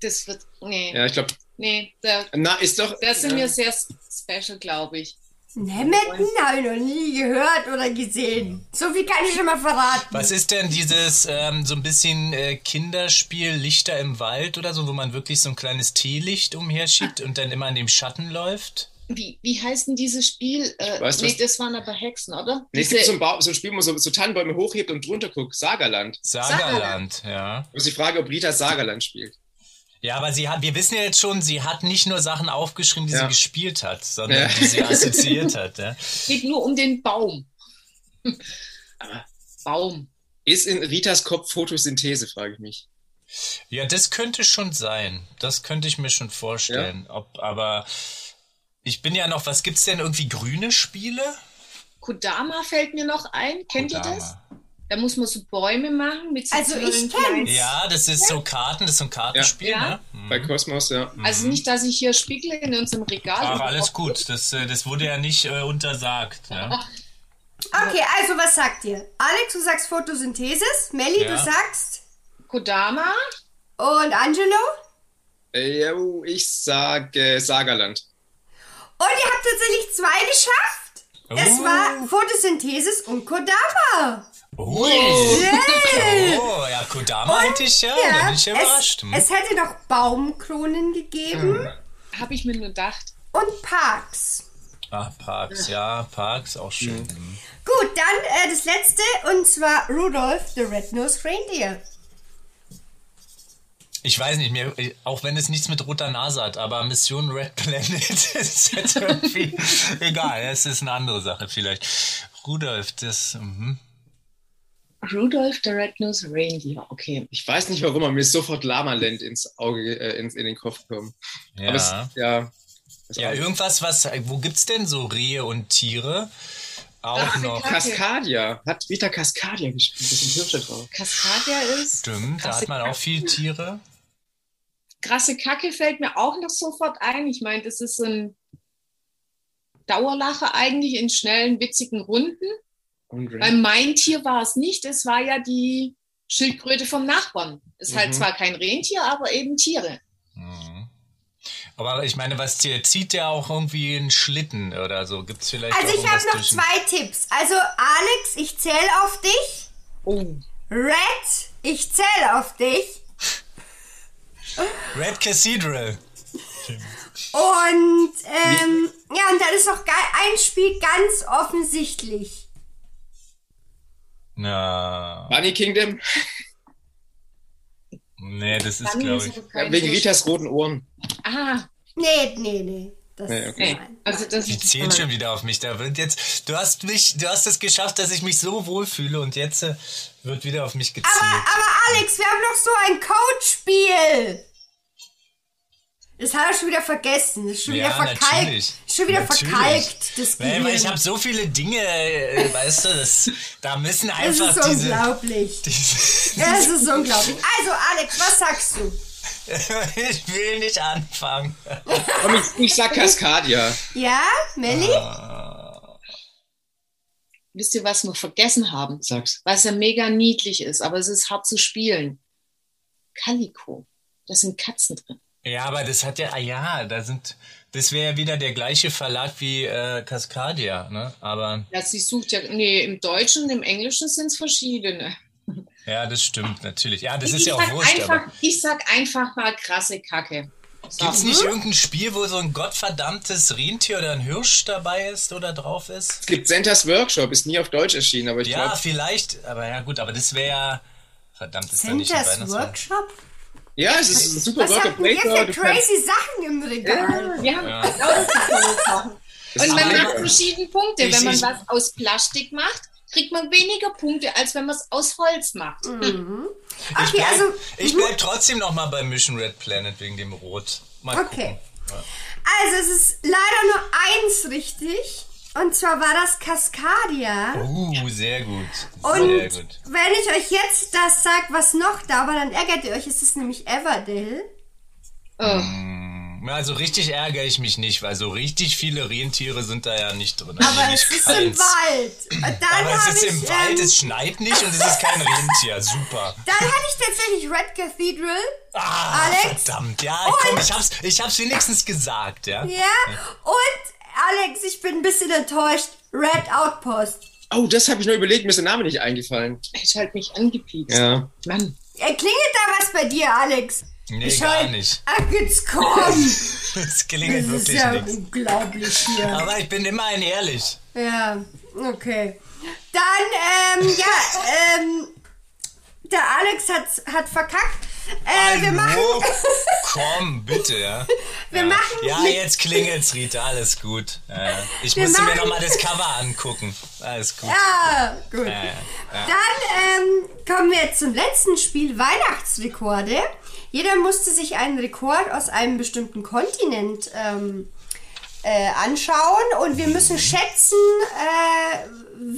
[SPEAKER 4] das wird. Nee,
[SPEAKER 3] Ja, ich glaube,
[SPEAKER 4] nee, da,
[SPEAKER 3] na, ist doch.
[SPEAKER 4] da sind
[SPEAKER 3] ja.
[SPEAKER 4] wir sehr special, glaube ich.
[SPEAKER 1] Nemetten habe ich noch nie gehört oder gesehen. So viel kann ich schon mal verraten.
[SPEAKER 2] Was ist denn dieses ähm, so ein bisschen äh, Kinderspiel Lichter im Wald oder so, wo man wirklich so ein kleines Teelicht umherschiebt und dann immer in dem Schatten läuft?
[SPEAKER 4] Wie, wie heißt denn dieses Spiel? Äh,
[SPEAKER 3] weiß,
[SPEAKER 4] nee,
[SPEAKER 3] was-
[SPEAKER 4] das waren aber Hexen, oder?
[SPEAKER 3] Nee, um- es
[SPEAKER 4] Diese-
[SPEAKER 3] gibt so ein, Bau- so ein Spiel, wo man so, so Tannenbäume hochhebt und drunter guckt. Sagerland.
[SPEAKER 2] Sagerland, ja.
[SPEAKER 3] Da ist die Frage, ob Rita Sagerland spielt.
[SPEAKER 2] Ja, aber sie hat, wir wissen ja jetzt schon, sie hat nicht nur Sachen aufgeschrieben, die
[SPEAKER 3] Ja.
[SPEAKER 2] sie gespielt hat, sondern
[SPEAKER 3] Ja.
[SPEAKER 2] die
[SPEAKER 4] *laughs*
[SPEAKER 2] sie assoziiert hat. Ja.
[SPEAKER 4] geht nur um den Baum. Baum.
[SPEAKER 3] Ist in Ritas Kopf Photosynthese, frage ich mich.
[SPEAKER 2] ja, das könnte schon sein. Das könnte ich mir schon vorstellen. Ob, aber ich bin ja noch, was gibt's denn irgendwie grüne Spiele?
[SPEAKER 4] Kodama fällt mir noch ein. Kennt ihr das?
[SPEAKER 2] Kodama.
[SPEAKER 4] Da muss man so Bäume machen mit so
[SPEAKER 1] Also ich
[SPEAKER 4] tollen
[SPEAKER 1] kenn's.
[SPEAKER 4] kleinen-
[SPEAKER 2] Ja, das ist so Karten, das ist so ein Kartenspiel,
[SPEAKER 4] Ja.
[SPEAKER 2] ne? Mhm.
[SPEAKER 3] Bei Kosmos, ja.
[SPEAKER 4] Also nicht, dass ich hier spiegle in unserem Regal.
[SPEAKER 2] Ach, alles gut. Das, äh, das wurde ja nicht äh, untersagt. Ne?
[SPEAKER 1] Okay, also was sagt ihr? Alex, du sagst Photosynthese. Melli, du
[SPEAKER 2] Ja.
[SPEAKER 1] sagst.
[SPEAKER 4] Kodama,
[SPEAKER 1] Und Angelo?
[SPEAKER 3] Äh, ja, oh, ich sage äh, Sagerland.
[SPEAKER 1] Und ihr habt tatsächlich zwei geschafft. Es
[SPEAKER 2] Oh.
[SPEAKER 1] war Photosynthesis und Kodama.
[SPEAKER 2] Ui. *laughs* Oh, ja, Kodama hätte ich ja. Da bin ich ja überrascht.
[SPEAKER 1] es,
[SPEAKER 2] Hm.
[SPEAKER 1] es hätte noch Baumkronen gegeben
[SPEAKER 4] habe ich mir nur gedacht.
[SPEAKER 1] und Parks.
[SPEAKER 2] Ah, Parks, ja, Parks, auch schön.
[SPEAKER 3] Hm.
[SPEAKER 2] Mhm.
[SPEAKER 1] Gut, dann äh, das letzte und zwar Rudolf the Red-Nosed Reindeer.
[SPEAKER 2] Ich weiß nicht, mir, auch wenn es nichts mit roter Nase hat, aber Mission Red Planet *laughs* ist jetzt irgendwie egal. Es ist eine andere Sache vielleicht. Rudolf, das. mhm.
[SPEAKER 4] Rudolf the Red-Nosed Reindeer. Okay.
[SPEAKER 3] Ich weiß nicht warum, aber mir ist sofort Lamaland ins Auge, äh, in, in den Kopf gekommen.
[SPEAKER 2] Ja.
[SPEAKER 3] Aber es, ja. Es
[SPEAKER 2] ja,
[SPEAKER 3] auch-
[SPEAKER 2] irgendwas, was. Wo gibt's denn so Rehe und Tiere? Auch noch.
[SPEAKER 3] Cascadia. Hat Rita Cascadia gespielt? Das ist ein Hirsch drauf.
[SPEAKER 4] Cascadia ist.
[SPEAKER 2] Stimmt, da hat man auch viel Tiere.
[SPEAKER 4] Krasse Kacke fällt mir auch noch sofort ein. Ich meine, das ist so ein Dauerlacher eigentlich in schnellen, witzigen Runden.
[SPEAKER 2] Mhm.
[SPEAKER 3] Und
[SPEAKER 4] Weil mein Tier war es nicht, es war ja die Schildkröte vom Nachbarn. Ist halt
[SPEAKER 3] Mhm.
[SPEAKER 4] zwar kein Rentier, aber eben Tiere.
[SPEAKER 2] Mhm. Aber ich meine, was zieht, zieht der auch irgendwie einen Schlitten oder so? Gibt's vielleicht
[SPEAKER 1] Also
[SPEAKER 2] auch
[SPEAKER 1] ich habe
[SPEAKER 2] irgendwas
[SPEAKER 1] noch
[SPEAKER 2] durch-
[SPEAKER 1] zwei Tipps. Also Alex, ich zähle auf dich.
[SPEAKER 4] Oh.
[SPEAKER 1] Red, ich zähle auf dich.
[SPEAKER 2] Red Cathedral.
[SPEAKER 1] Und ähm, ja, und dann ist noch ge- ein Spiel ganz offensichtlich.
[SPEAKER 2] Na,
[SPEAKER 3] Bunny Kingdom,
[SPEAKER 2] nee, das ist,
[SPEAKER 4] Dann
[SPEAKER 2] glaube
[SPEAKER 4] ist
[SPEAKER 2] ich.
[SPEAKER 4] aber kein
[SPEAKER 3] wegen
[SPEAKER 4] Fisch.
[SPEAKER 3] Ritas roten Ohren.
[SPEAKER 4] Ah,
[SPEAKER 1] Nee, nee, nee. Das
[SPEAKER 3] Nee, okay.
[SPEAKER 4] nee.
[SPEAKER 1] nein.
[SPEAKER 4] Also das
[SPEAKER 2] Die
[SPEAKER 4] ist
[SPEAKER 2] zählt schon wieder auf mich. Da wird jetzt, du hast mich, du hast es geschafft, dass ich mich so wohlfühle und jetzt äh, wird wieder auf mich gezielt.
[SPEAKER 1] Aber, aber Alex, wir haben noch so ein Coach-Spiel. Das hat er schon wieder vergessen. Das ist schon
[SPEAKER 2] Ja,
[SPEAKER 1] wieder verkalkt.
[SPEAKER 2] natürlich.
[SPEAKER 1] Ist Schon wieder
[SPEAKER 2] Natürlich.
[SPEAKER 1] verkalkt, das
[SPEAKER 2] Weil, weil ich
[SPEAKER 1] Gehirn.
[SPEAKER 2] habe so viele Dinge, äh, weißt du, das, da müssen
[SPEAKER 1] Das
[SPEAKER 2] einfach
[SPEAKER 1] ist
[SPEAKER 2] diese.
[SPEAKER 1] unglaublich.
[SPEAKER 2] diese
[SPEAKER 1] Das ist unglaublich. Also, Alex, was sagst du?
[SPEAKER 2] *laughs* ich will nicht anfangen.
[SPEAKER 3] Komm, ich, ich sag Cascadia.
[SPEAKER 1] Ja, Melli?
[SPEAKER 2] Ah,
[SPEAKER 4] Wisst ihr, was wir vergessen haben?
[SPEAKER 3] Sag's.
[SPEAKER 4] Was ja mega niedlich ist, aber es ist hart zu spielen. Calico. Da sind Katzen drin.
[SPEAKER 2] Ja, aber das hat ja, ah ja, da sind, das wäre ja wieder der gleiche Verlag wie äh, Cascadia, ne? Aber
[SPEAKER 4] Ja, sie sucht ja, nee, im Deutschen und im Englischen sind es verschiedene.
[SPEAKER 2] ja, das stimmt natürlich. Ja, das
[SPEAKER 4] ich,
[SPEAKER 2] ist ja auch
[SPEAKER 4] sag
[SPEAKER 2] wurscht.
[SPEAKER 4] einfach,
[SPEAKER 2] Aber
[SPEAKER 4] ich sag einfach mal krasse Kacke. So.
[SPEAKER 2] gibt's nicht irgendein Spiel, wo so ein gottverdammtes Rentier oder ein Hirsch dabei ist oder drauf ist?
[SPEAKER 3] Es gibt Santas Workshop, ist nie auf Deutsch erschienen, aber ich
[SPEAKER 2] Ja,
[SPEAKER 3] glaube.
[SPEAKER 2] vielleicht. Aber ja gut, aber das wäre ja verdammt, ist da nicht ein
[SPEAKER 1] Centers
[SPEAKER 2] Weihnachtsmann.
[SPEAKER 1] Workshop?
[SPEAKER 3] Ja, es ist ein super
[SPEAKER 1] Was habt ihr
[SPEAKER 3] Workshop.
[SPEAKER 1] für crazy Sachen im Regal?
[SPEAKER 4] Wir haben genau lauter tolle Sachen. Und man
[SPEAKER 3] mega.
[SPEAKER 4] macht verschiedene Punkte.
[SPEAKER 2] Ich-
[SPEAKER 4] wenn man
[SPEAKER 2] ich-
[SPEAKER 4] was aus Plastik macht, kriegt man weniger Punkte, als wenn man es aus Holz macht.
[SPEAKER 1] Mhm.
[SPEAKER 2] Ich
[SPEAKER 1] Okay,
[SPEAKER 2] bleib,
[SPEAKER 1] also.
[SPEAKER 2] ich bleib trotzdem noch mal bei Mission Red Planet wegen dem Rot. Mal
[SPEAKER 1] Okay.
[SPEAKER 2] gucken.
[SPEAKER 1] Also, es ist leider nur eins richtig. Und zwar war das Cascadia.
[SPEAKER 2] Uh, sehr gut. Sehr
[SPEAKER 1] Und
[SPEAKER 2] gut.
[SPEAKER 1] wenn ich euch jetzt das sag, was noch da war, dann ärgert ihr euch. Es ist nämlich Everdale.
[SPEAKER 4] Oh.
[SPEAKER 2] Ja, so also richtig ärgere ich mich nicht, weil so richtig viele Rentiere sind da ja nicht drin. Also
[SPEAKER 1] Aber
[SPEAKER 2] nicht
[SPEAKER 1] es ist im
[SPEAKER 2] keins.
[SPEAKER 1] Wald. Und dann
[SPEAKER 2] Aber es
[SPEAKER 1] habe
[SPEAKER 2] ist
[SPEAKER 1] ich.
[SPEAKER 2] im Wald, es
[SPEAKER 1] ähm,
[SPEAKER 2] schneit nicht und es ist kein Rentier. Super.
[SPEAKER 1] dann hatte ich tatsächlich Red Cathedral.
[SPEAKER 2] Ah,
[SPEAKER 1] Alex?
[SPEAKER 2] Verdammt, ja, komm, ich hab's, ich hab's wenigstens gesagt, ja.
[SPEAKER 1] Ja. Und Alex, ich bin ein bisschen enttäuscht. Red Outpost.
[SPEAKER 3] Oh, das habe ich nur überlegt, mir ist der Name nicht eingefallen.
[SPEAKER 4] Ich halt mich angepiekst.
[SPEAKER 3] Ja.
[SPEAKER 4] Mann.
[SPEAKER 1] Äh, Klingelt da was bei dir, Alex?
[SPEAKER 2] Nee,
[SPEAKER 1] Ich
[SPEAKER 2] gar
[SPEAKER 1] halt-
[SPEAKER 2] nicht.
[SPEAKER 1] Ach, jetzt komm.
[SPEAKER 2] Es
[SPEAKER 1] Das
[SPEAKER 2] *laughs* klingelt
[SPEAKER 1] ist
[SPEAKER 2] wirklich
[SPEAKER 1] ja
[SPEAKER 2] nichts. Ah,
[SPEAKER 1] unglaublich hier.
[SPEAKER 2] Aber ich bin immerhin ehrlich.
[SPEAKER 1] Ja, okay. Dann, ähm, ja, ähm, der Alex hat, hat verkackt. Äh, wir machen,
[SPEAKER 2] Hallo? Oh, Komm, bitte, ja.
[SPEAKER 1] wir machen,
[SPEAKER 2] Ja,
[SPEAKER 1] mit-
[SPEAKER 2] jetzt klingelt's, Rita, alles gut. Ja, ja. ich
[SPEAKER 1] Wir
[SPEAKER 2] musste mir
[SPEAKER 1] machen-
[SPEAKER 2] nochmal das Cover angucken. Alles gut.
[SPEAKER 1] ja, Ah, gut.
[SPEAKER 2] Ja, ja.
[SPEAKER 1] Dann, ähm, kommen wir jetzt zum letzten Spiel, Weihnachtsrekorde. Jeder musste sich einen Rekord aus einem bestimmten Kontinent, ähm, äh, anschauen und wir müssen schätzen, äh,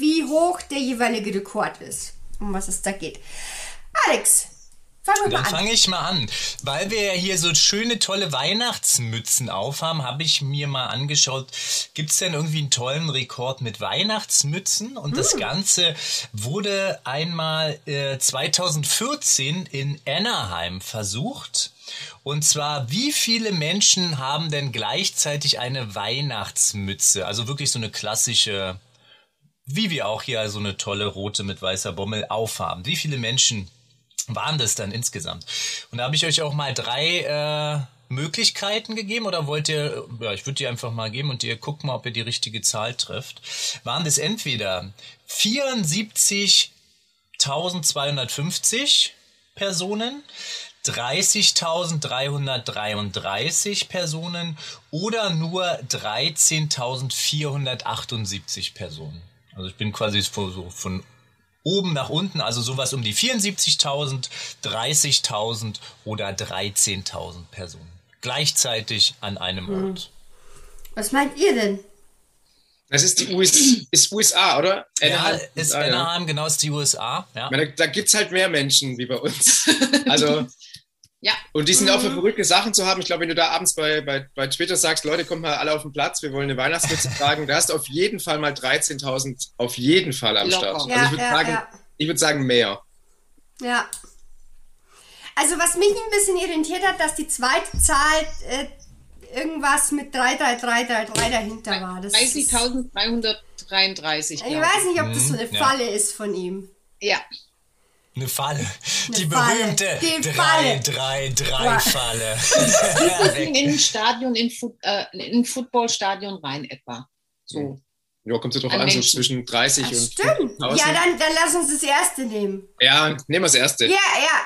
[SPEAKER 1] wie hoch der jeweilige Rekord ist, um was es da geht. Alex, fangen wir
[SPEAKER 2] Dann
[SPEAKER 1] mal an.
[SPEAKER 2] fange ich mal an. Weil wir ja hier so schöne, tolle Weihnachtsmützen aufhaben, habe ich mir mal angeschaut, gibt es denn irgendwie einen tollen Rekord mit Weihnachtsmützen? Und das Ganze wurde einmal äh, 2014 in Anaheim versucht. Und zwar, wie viele Menschen haben denn gleichzeitig eine Weihnachtsmütze? Also wirklich so eine klassische wie wir auch hier so eine tolle rote mit weißer Bommel aufhaben. Wie viele Menschen waren das dann insgesamt? Und da habe ich euch auch mal drei äh, Möglichkeiten gegeben oder wollt ihr, ja, ich würde die einfach mal geben und ihr guckt mal, ob ihr die richtige Zahl trifft. Waren das entweder 74.250 Personen, 30.333 Personen oder nur 13.478 Personen. Also ich bin quasi so so von oben nach unten, also sowas um die 74.000, 30.000 oder 13.000 Personen. Gleichzeitig an einem Ort.
[SPEAKER 1] Was meint ihr denn?
[SPEAKER 3] Das ist die US ist USA, oder?
[SPEAKER 2] Ja, ist
[SPEAKER 3] USA, ja.
[SPEAKER 2] Anaheim, genau ist die USA. Ja.
[SPEAKER 3] Ich meine, Da, da gibt es halt mehr Menschen wie bei uns. Also,
[SPEAKER 4] Ja.
[SPEAKER 3] und die sind auch
[SPEAKER 1] Mhm.
[SPEAKER 3] für verrückte Sachen zu haben. Ich glaube, wenn du da abends bei, bei, bei Twitter sagst, Leute, kommt mal alle auf den Platz, wir wollen eine
[SPEAKER 1] *laughs*
[SPEAKER 3] Weihnachtsmütze tragen, da hast du auf jeden Fall mal 13.000 auf jeden Fall am
[SPEAKER 4] Locker.
[SPEAKER 3] Start.
[SPEAKER 4] Ja,
[SPEAKER 3] also ich würde
[SPEAKER 1] ja,
[SPEAKER 3] sagen,
[SPEAKER 1] ja.
[SPEAKER 3] ich würde sagen mehr.
[SPEAKER 1] Ja. Also was mich ein bisschen irritiert hat, dass die zweite Zahl äh, irgendwas mit 33333 dahinter war. Ah, Das ist-
[SPEAKER 4] 30.333.
[SPEAKER 1] Ich
[SPEAKER 4] glaube
[SPEAKER 1] weiß nicht, ob das so eine
[SPEAKER 2] Mhm, ja.
[SPEAKER 1] Falle ist von ihm.
[SPEAKER 4] ich. Ja.
[SPEAKER 2] Eine Falle. Die
[SPEAKER 1] Falle.
[SPEAKER 2] berühmte
[SPEAKER 1] Die Falle.
[SPEAKER 2] 3-3-3-Falle.
[SPEAKER 4] *laughs* in ein Stadion, in, Fut äh, in ein Footballstadion rein etwa. So.
[SPEAKER 3] Ja, kommt ja drauf
[SPEAKER 4] An
[SPEAKER 3] an, so
[SPEAKER 4] Menschen.
[SPEAKER 3] zwischen 30
[SPEAKER 1] Das
[SPEAKER 3] und
[SPEAKER 1] stimmt.
[SPEAKER 3] 50.000.
[SPEAKER 1] Ja, dann, dann lass uns das erste nehmen.
[SPEAKER 3] Ja, nehmen wir das erste.
[SPEAKER 1] Ja, ja.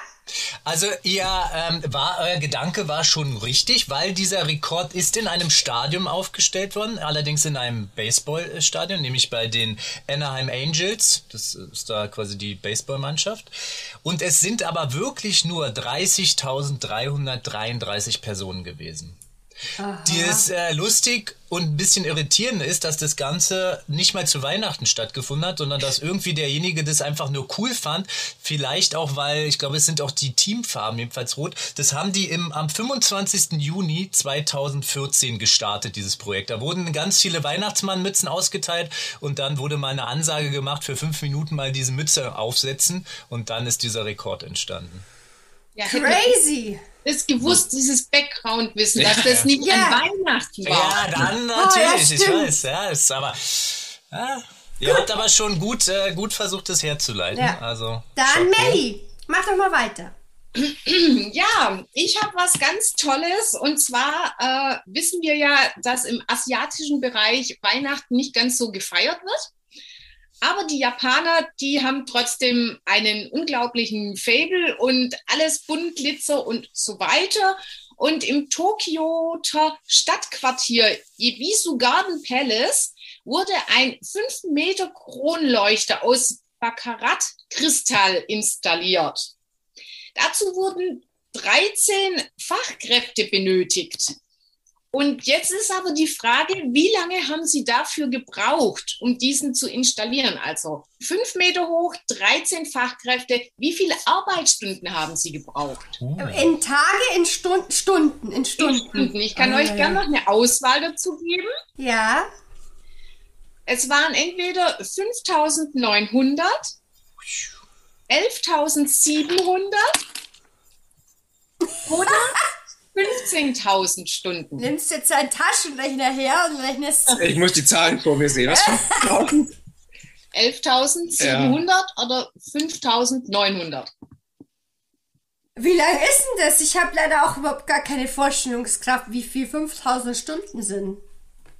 [SPEAKER 2] Also ihr ähm, war euer Gedanke war schon richtig, weil dieser Rekord ist in einem Stadion aufgestellt worden, allerdings in einem Baseballstadion, nämlich bei den Anaheim Angels. Das ist da quasi die Baseballmannschaft. Und es sind aber wirklich nur 30.333 Personen gewesen. Die ist äh, lustig und ein bisschen irritierend ist, dass das Ganze nicht mal zu Weihnachten stattgefunden hat, sondern dass irgendwie derjenige das einfach nur cool fand. Vielleicht auch, weil ich glaube, es sind auch die Teamfarben, jedenfalls rot. Das haben die im, am 25. Juni 2014 gestartet, dieses Projekt. Da wurden ganz viele Weihnachtsmannmützen ausgeteilt und dann wurde mal eine Ansage gemacht, für fünf Minuten mal diese Mütze aufsetzen und dann ist dieser Rekord entstanden.
[SPEAKER 4] Ja, hätten wir
[SPEAKER 1] Crazy.
[SPEAKER 4] das gewusst, dieses Background-Wissen, dass das nicht
[SPEAKER 1] Ja.
[SPEAKER 4] an Weihnachten
[SPEAKER 2] Ja,
[SPEAKER 4] war.
[SPEAKER 2] dann
[SPEAKER 1] Ah, ja,
[SPEAKER 2] natürlich, ich
[SPEAKER 1] stimmt.
[SPEAKER 2] weiß. Ja, ist aber. Ja, ihr habt aber schon gut, äh, gut versucht, das herzuleiten.
[SPEAKER 1] Ja.
[SPEAKER 2] Also,
[SPEAKER 1] Dann
[SPEAKER 2] Chapeau.
[SPEAKER 1] Melli. Mach doch mal weiter.
[SPEAKER 4] *clears throat* Ja, ich habe was ganz Tolles und zwar äh, wissen wir ja, dass im asiatischen Bereich Weihnachten nicht ganz so gefeiert wird. Aber die Japaner, die haben trotzdem einen unglaublichen Fable und alles bunt, Glitzer und so weiter. Und im Tokioter Stadtquartier Ibisu Garden Palace wurde ein 5 Meter Kronleuchter aus Baccarat-Kristall installiert. Dazu wurden 13 Fachkräfte benötigt. Und jetzt ist aber die Frage, wie lange haben Sie dafür gebraucht, um diesen zu installieren? Also fünf Meter hoch, 13 Fachkräfte. Wie viele Arbeitsstunden haben Sie gebraucht?
[SPEAKER 2] Uh.
[SPEAKER 1] In Tage, in Stunden, Stunden, in Stunden.
[SPEAKER 4] Stunden. Ich kann
[SPEAKER 1] Ah,
[SPEAKER 4] euch
[SPEAKER 1] ja,
[SPEAKER 4] gerne noch eine Auswahl dazu geben.
[SPEAKER 1] Ja.
[SPEAKER 4] Es waren entweder 5900, 11700 oder 15.000 Stunden.
[SPEAKER 1] Nimmst jetzt deinen Taschenrechner her und rechnest.
[SPEAKER 3] Ich muss die Zahlen vor mir sehen. Was
[SPEAKER 4] 11.700 oder 5.900.
[SPEAKER 1] Wie lange ist denn das? Ich habe leider auch überhaupt gar keine Vorstellungskraft, wie viel 5000 Stunden sind.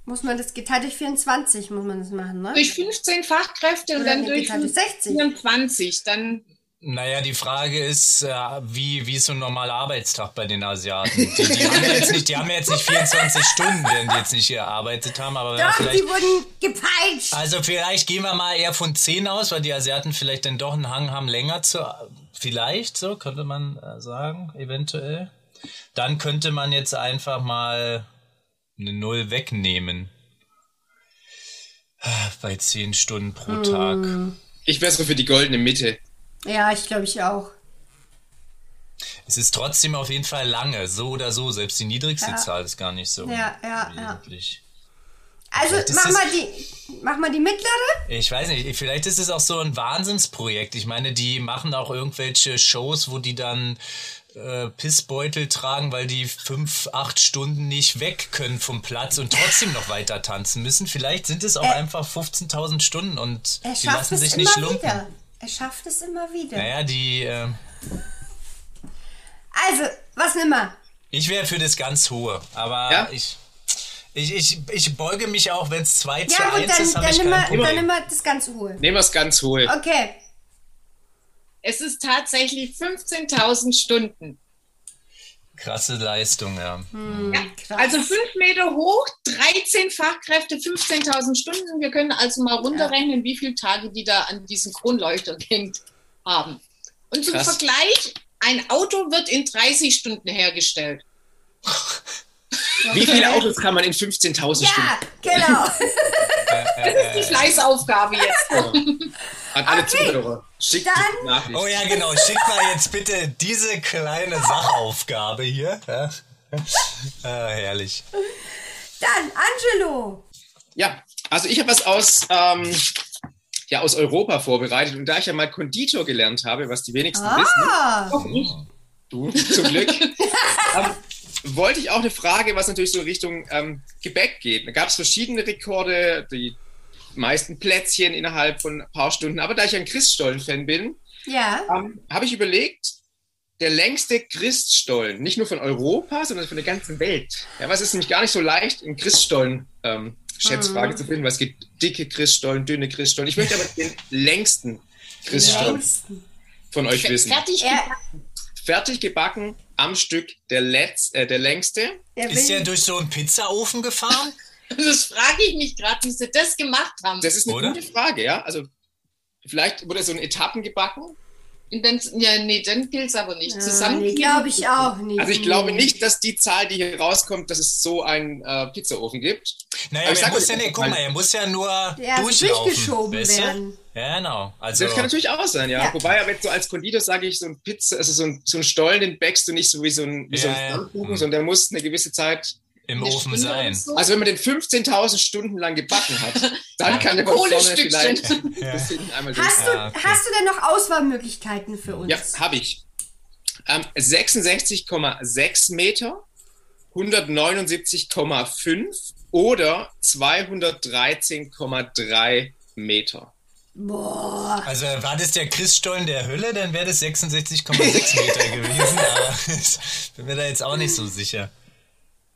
[SPEAKER 1] Muss man das geteilt durch 24 muss man das machen, ne?
[SPEAKER 4] Durch 15 Fachkräfte und
[SPEAKER 1] Oder
[SPEAKER 4] dann durch
[SPEAKER 1] geteilt durch 60.
[SPEAKER 4] 24. Dann,
[SPEAKER 2] Naja, die Frage ist, äh, wie, wie ist so ein normaler Arbeitstag bei den Asiaten? Die, die, haben, jetzt nicht, die haben jetzt nicht 24 Stunden, wenn die jetzt nicht gearbeitet haben, aber wenn man
[SPEAKER 1] Doch,
[SPEAKER 2] vielleicht.
[SPEAKER 1] die wurden gepeitscht.
[SPEAKER 2] Also vielleicht gehen wir mal eher von 10 aus, weil die Asiaten vielleicht dann doch einen Hang haben, länger zu. Vielleicht, so könnte man äh, sagen, eventuell. Dann könnte man jetzt einfach mal eine Null wegnehmen. Ah, Bei 10 Stunden
[SPEAKER 1] Hm.
[SPEAKER 2] pro Tag.
[SPEAKER 3] Ich wäre so für die goldene Mitte.
[SPEAKER 1] Ja, ich glaube ich auch.
[SPEAKER 2] Es ist trotzdem auf jeden Fall lange, so oder so. Selbst die niedrigste Zahl ist gar nicht so.
[SPEAKER 1] Ja, ja, ja.
[SPEAKER 2] wesentlich.
[SPEAKER 1] Also
[SPEAKER 2] Vielleicht ist
[SPEAKER 1] mach
[SPEAKER 2] das-
[SPEAKER 1] mal die mach mal die mittlere.
[SPEAKER 2] Ich weiß nicht, vielleicht ist es auch so ein Wahnsinnsprojekt. Ich meine, die machen auch irgendwelche Shows, wo die dann äh, Pissbeutel tragen, weil die fünf, acht Stunden nicht weg können vom Platz und trotzdem noch weiter tanzen müssen. Vielleicht sind es auch einfach 15.000 Stunden und
[SPEAKER 1] Er
[SPEAKER 2] die
[SPEAKER 1] schafft
[SPEAKER 2] lassen
[SPEAKER 1] es
[SPEAKER 2] sich
[SPEAKER 1] immer
[SPEAKER 2] nicht lumpen.
[SPEAKER 1] wieder. Er schafft es immer wieder.
[SPEAKER 2] Naja, die. Äh,
[SPEAKER 1] Also, was nimmer?
[SPEAKER 2] ich wäre für das ganz hohe, aber
[SPEAKER 3] Ja?
[SPEAKER 2] ich. Ich, ich, ich beuge mich auch, wenn es 2 zu
[SPEAKER 1] Ja, gut,
[SPEAKER 2] 1
[SPEAKER 1] dann,
[SPEAKER 2] ist, habe
[SPEAKER 1] dann
[SPEAKER 2] ich kein
[SPEAKER 1] nimm mal dann
[SPEAKER 2] Problem.
[SPEAKER 1] nimm mal das ganze hohe.
[SPEAKER 3] Nehmen wir es ganz hohl.
[SPEAKER 1] Okay.
[SPEAKER 4] es ist tatsächlich 15.000 Stunden.
[SPEAKER 2] Krasse Leistung, ja.
[SPEAKER 1] Krass.
[SPEAKER 4] Also 5 Meter hoch, 13 Fachkräfte, 15.000 Stunden. Wir können also mal runterrechnen, wie viele Tage die da an diesen Kronleuchter hängt haben. Und zum
[SPEAKER 3] Krass.
[SPEAKER 4] Vergleich, ein Auto wird in 30 Stunden hergestellt.
[SPEAKER 3] Wie viele Autos kann man in 15.000 Stunden?
[SPEAKER 1] ja, genau. *laughs*
[SPEAKER 4] Das ist die Fleißaufgabe jetzt.
[SPEAKER 3] An alle
[SPEAKER 1] Okay.
[SPEAKER 3] Zuhörer. Schickt
[SPEAKER 1] Dann-
[SPEAKER 3] die Nachricht.
[SPEAKER 2] Oh ja, genau. Schick mal jetzt bitte diese kleine Sachaufgabe hier. Ja. Ah, herrlich.
[SPEAKER 1] Dann Angelo.
[SPEAKER 3] Ja, also ich habe was aus, ähm, ja, aus Europa vorbereitet. Und da ich ja mal Konditor gelernt habe, was die wenigsten wissen,
[SPEAKER 1] Ah,
[SPEAKER 3] du zum Glück, *laughs* ähm, wollte ich auch eine Frage, was natürlich so Richtung ähm, Gebäck geht. Da gab es verschiedene Rekorde, die meisten Plätzchen innerhalb von ein paar Stunden. Aber da ich ein Christstollen-Fan bin,
[SPEAKER 1] Ja.
[SPEAKER 3] ähm, habe ich überlegt, der längste Christstollen, nicht nur von Europa, sondern von der ganzen Welt. Ja, was ist nämlich gar nicht so leicht, in Christstollen ähm, Schätzfrage zu finden, weil es gibt dicke Christstollen, dünne Christstollen. Ich möchte aber den längsten Christstollen
[SPEAKER 1] Längsten.
[SPEAKER 3] von euch wissen.
[SPEAKER 4] Fertig.
[SPEAKER 1] Er,
[SPEAKER 3] Fertig gebacken, am Stück, der, Letz, äh, der längste.
[SPEAKER 1] er
[SPEAKER 2] Ist der
[SPEAKER 1] will,
[SPEAKER 2] durch so einen Pizzaofen gefahren?
[SPEAKER 4] Das frage ich mich gerade, wie sie das gemacht haben.
[SPEAKER 3] Das ist eine
[SPEAKER 2] Oder?
[SPEAKER 3] gute Frage, ja. Also vielleicht wurde so in Etappen gebacken.
[SPEAKER 4] Und dann, ja, nee, dann gilt es aber nicht. Zusammen.
[SPEAKER 1] Ah, nee, glaube ich auch nicht.
[SPEAKER 3] Also ich glaube
[SPEAKER 1] Nee.
[SPEAKER 3] nicht, dass die Zahl, die hier rauskommt, dass es so einen äh, Pizzaofen gibt.
[SPEAKER 2] Naja,
[SPEAKER 3] Aber
[SPEAKER 2] aber
[SPEAKER 3] ich
[SPEAKER 2] er
[SPEAKER 3] sag
[SPEAKER 2] muss
[SPEAKER 3] euch
[SPEAKER 2] ja,
[SPEAKER 3] einfach
[SPEAKER 2] nee, guck
[SPEAKER 3] mal-
[SPEAKER 2] mal, er muss ja nur
[SPEAKER 1] Der muss also
[SPEAKER 2] durchlaufen.
[SPEAKER 1] durchgeschoben
[SPEAKER 2] weißt du?
[SPEAKER 1] werden.
[SPEAKER 2] Ja, genau. Also,
[SPEAKER 3] Das kann natürlich auch sein, ja.
[SPEAKER 1] Ja.
[SPEAKER 3] Wobei, aber jetzt so als Konditor sage ich, so ein Pizza, also so ein, so ein Stollen, den backst du nicht so wie so ein, wie so
[SPEAKER 2] Ja, ja.
[SPEAKER 3] ein Pfannkuchen,
[SPEAKER 2] Mhm.
[SPEAKER 3] sondern der muss eine gewisse Zeit.
[SPEAKER 2] im
[SPEAKER 4] eine
[SPEAKER 2] Ofen
[SPEAKER 4] Stunde
[SPEAKER 2] sein.
[SPEAKER 4] oder so.
[SPEAKER 3] Also wenn man den 15.000 Stunden lang gebacken hat,
[SPEAKER 1] *laughs*
[SPEAKER 3] dann
[SPEAKER 2] Ja.
[SPEAKER 3] kann der von vorne
[SPEAKER 4] Kohlestückchen.
[SPEAKER 3] vielleicht
[SPEAKER 2] Ja.
[SPEAKER 3] bis hinten einmal durch.
[SPEAKER 1] Hast, du,
[SPEAKER 2] Ah, okay.
[SPEAKER 1] hast du denn noch Auswahlmöglichkeiten für uns?
[SPEAKER 3] Ja, habe ich. Ähm, 66,6 Meter, 179,5 oder 213,3 Meter.
[SPEAKER 1] Boah.
[SPEAKER 2] Also war das der Christstollen der Hölle, dann wäre das 66,6
[SPEAKER 3] *laughs*
[SPEAKER 2] Meter gewesen. Aber *laughs* ich bin mir da jetzt auch nicht so sicher.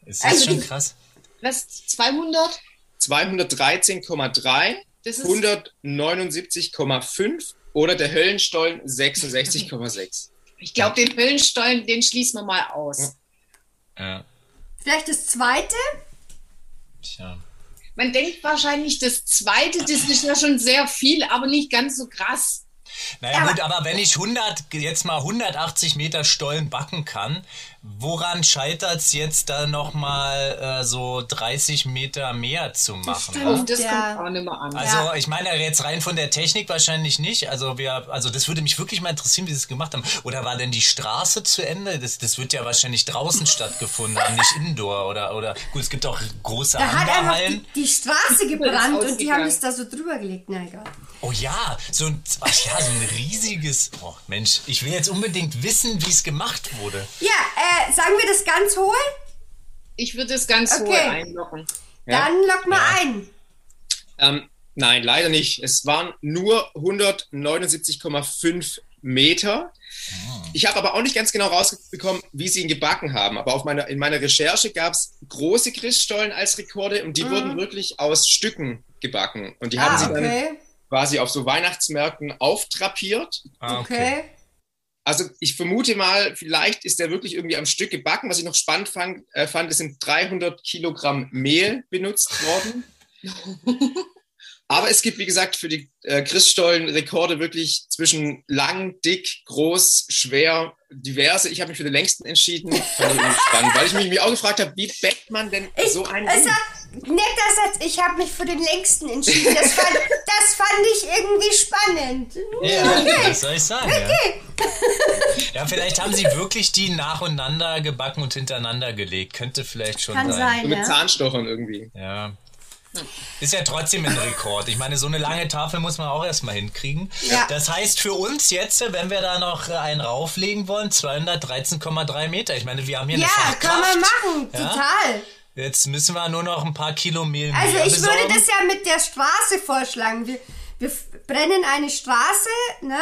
[SPEAKER 2] Ist das
[SPEAKER 4] Also
[SPEAKER 2] schon
[SPEAKER 4] die-
[SPEAKER 2] krass?
[SPEAKER 4] Was? 200?
[SPEAKER 3] 213,3
[SPEAKER 4] Das ist
[SPEAKER 3] 179,5 oder der Höllenstollen 66,6.
[SPEAKER 4] Ich glaube, den Höllenstollen, den schließen wir mal aus.
[SPEAKER 2] Ja,
[SPEAKER 1] Vielleicht das zweite?
[SPEAKER 2] tja.
[SPEAKER 4] Man denkt wahrscheinlich, das zweite, das ist ja schon sehr viel, aber nicht ganz so krass.
[SPEAKER 2] Naja,
[SPEAKER 1] Aber-
[SPEAKER 2] gut, aber wenn ich 100, jetzt mal 180 Meter Stollen backen kann, woran scheitert es jetzt dann nochmal äh, so 30 Meter mehr zu machen?
[SPEAKER 1] stimmt.
[SPEAKER 2] ne?
[SPEAKER 4] Auf das
[SPEAKER 1] Ja.
[SPEAKER 4] kommt auch nicht mehr an.
[SPEAKER 2] Also
[SPEAKER 1] Ja.
[SPEAKER 2] ich meine jetzt rein von der Technik wahrscheinlich nicht. Also wir, also das würde mich wirklich mal interessieren, wie sie es gemacht haben. Oder war denn die Straße zu Ende? Das, das wird ja
[SPEAKER 1] *laughs*
[SPEAKER 2] wahrscheinlich draußen stattgefunden haben, nicht indoor oder oder gut, es gibt auch große
[SPEAKER 1] Da hat einfach die,
[SPEAKER 2] Hangarhallen.
[SPEAKER 1] die Straße gebrannt und die haben
[SPEAKER 4] ausgegangen.
[SPEAKER 1] das da so drüber gelegt. Na egal.
[SPEAKER 2] Oh ja, so ein ach ja, so ein riesiges. Oh Mensch, ich will jetzt unbedingt wissen, wie es gemacht wurde.
[SPEAKER 1] Ja, äh, sagen wir das ganz hohl?
[SPEAKER 4] Ich würde das ganz
[SPEAKER 1] Okay.
[SPEAKER 4] hohe einlocken.
[SPEAKER 3] Ja.
[SPEAKER 1] Dann lock mal
[SPEAKER 2] Ja.
[SPEAKER 1] ein.
[SPEAKER 3] Ähm, nein, leider nicht. Es waren nur 179,5 Meter. Ich habe aber auch nicht ganz genau rausbekommen, wie sie ihn gebacken haben. Aber auf meiner, in meiner Recherche gab es große Christstollen als Rekorde und die wurden wirklich aus Stücken gebacken. Und die haben sie
[SPEAKER 1] Ah,
[SPEAKER 3] dann
[SPEAKER 1] okay.
[SPEAKER 3] quasi auf so Weihnachtsmärkten auftrapiert
[SPEAKER 2] Ah,
[SPEAKER 1] Okay.
[SPEAKER 3] Also ich vermute mal, vielleicht ist der wirklich irgendwie am Stück gebacken. Was ich noch spannend fand, äh, fand es sind 300 Kilogramm Mehl benutzt
[SPEAKER 1] *laughs*
[SPEAKER 3] worden. Aber es gibt, wie gesagt, für die äh, Christstollen Rekorde wirklich zwischen lang, dick, groß, schwer, diverse. Ich habe mich für den längsten entschieden, fand ich
[SPEAKER 1] *laughs*
[SPEAKER 3] irgendwie spannend, weil ich mich, mich auch gefragt habe, wie backt man denn
[SPEAKER 1] Ich,
[SPEAKER 3] so einen um?
[SPEAKER 1] es
[SPEAKER 3] Ding?
[SPEAKER 1] hat, netter Satz. Ich habe mich für den längsten entschieden. Das fand, das fand ich irgendwie spannend.
[SPEAKER 2] Ja, was soll ich sagen? Ja. ja, vielleicht haben sie wirklich die nacheinander gebacken und hintereinander gelegt. Könnte vielleicht schon
[SPEAKER 1] Kann
[SPEAKER 2] sein.
[SPEAKER 1] sein,
[SPEAKER 3] So mit
[SPEAKER 1] ne?
[SPEAKER 3] Zahnstochern irgendwie.
[SPEAKER 2] Ja. Ist ja trotzdem ein Rekord. Ich meine, so eine lange Tafel muss man auch erstmal hinkriegen.
[SPEAKER 1] Ja.
[SPEAKER 2] Das heißt für uns jetzt, wenn wir da noch äh, einen rauflegen wollen, 213,3 Meter. Ich meine, wir haben hier
[SPEAKER 1] Ja,
[SPEAKER 2] eine
[SPEAKER 1] kann
[SPEAKER 2] Fachkraft.
[SPEAKER 1] man machen.
[SPEAKER 2] Ja?
[SPEAKER 1] Total.
[SPEAKER 2] Jetzt müssen wir nur noch ein paar Kilo Mehl
[SPEAKER 1] Also
[SPEAKER 2] mehr
[SPEAKER 1] ich würde
[SPEAKER 2] besorgen.
[SPEAKER 1] das ja mit der Straße vorschlagen. Wir, wir f- brennen eine Straße, ne?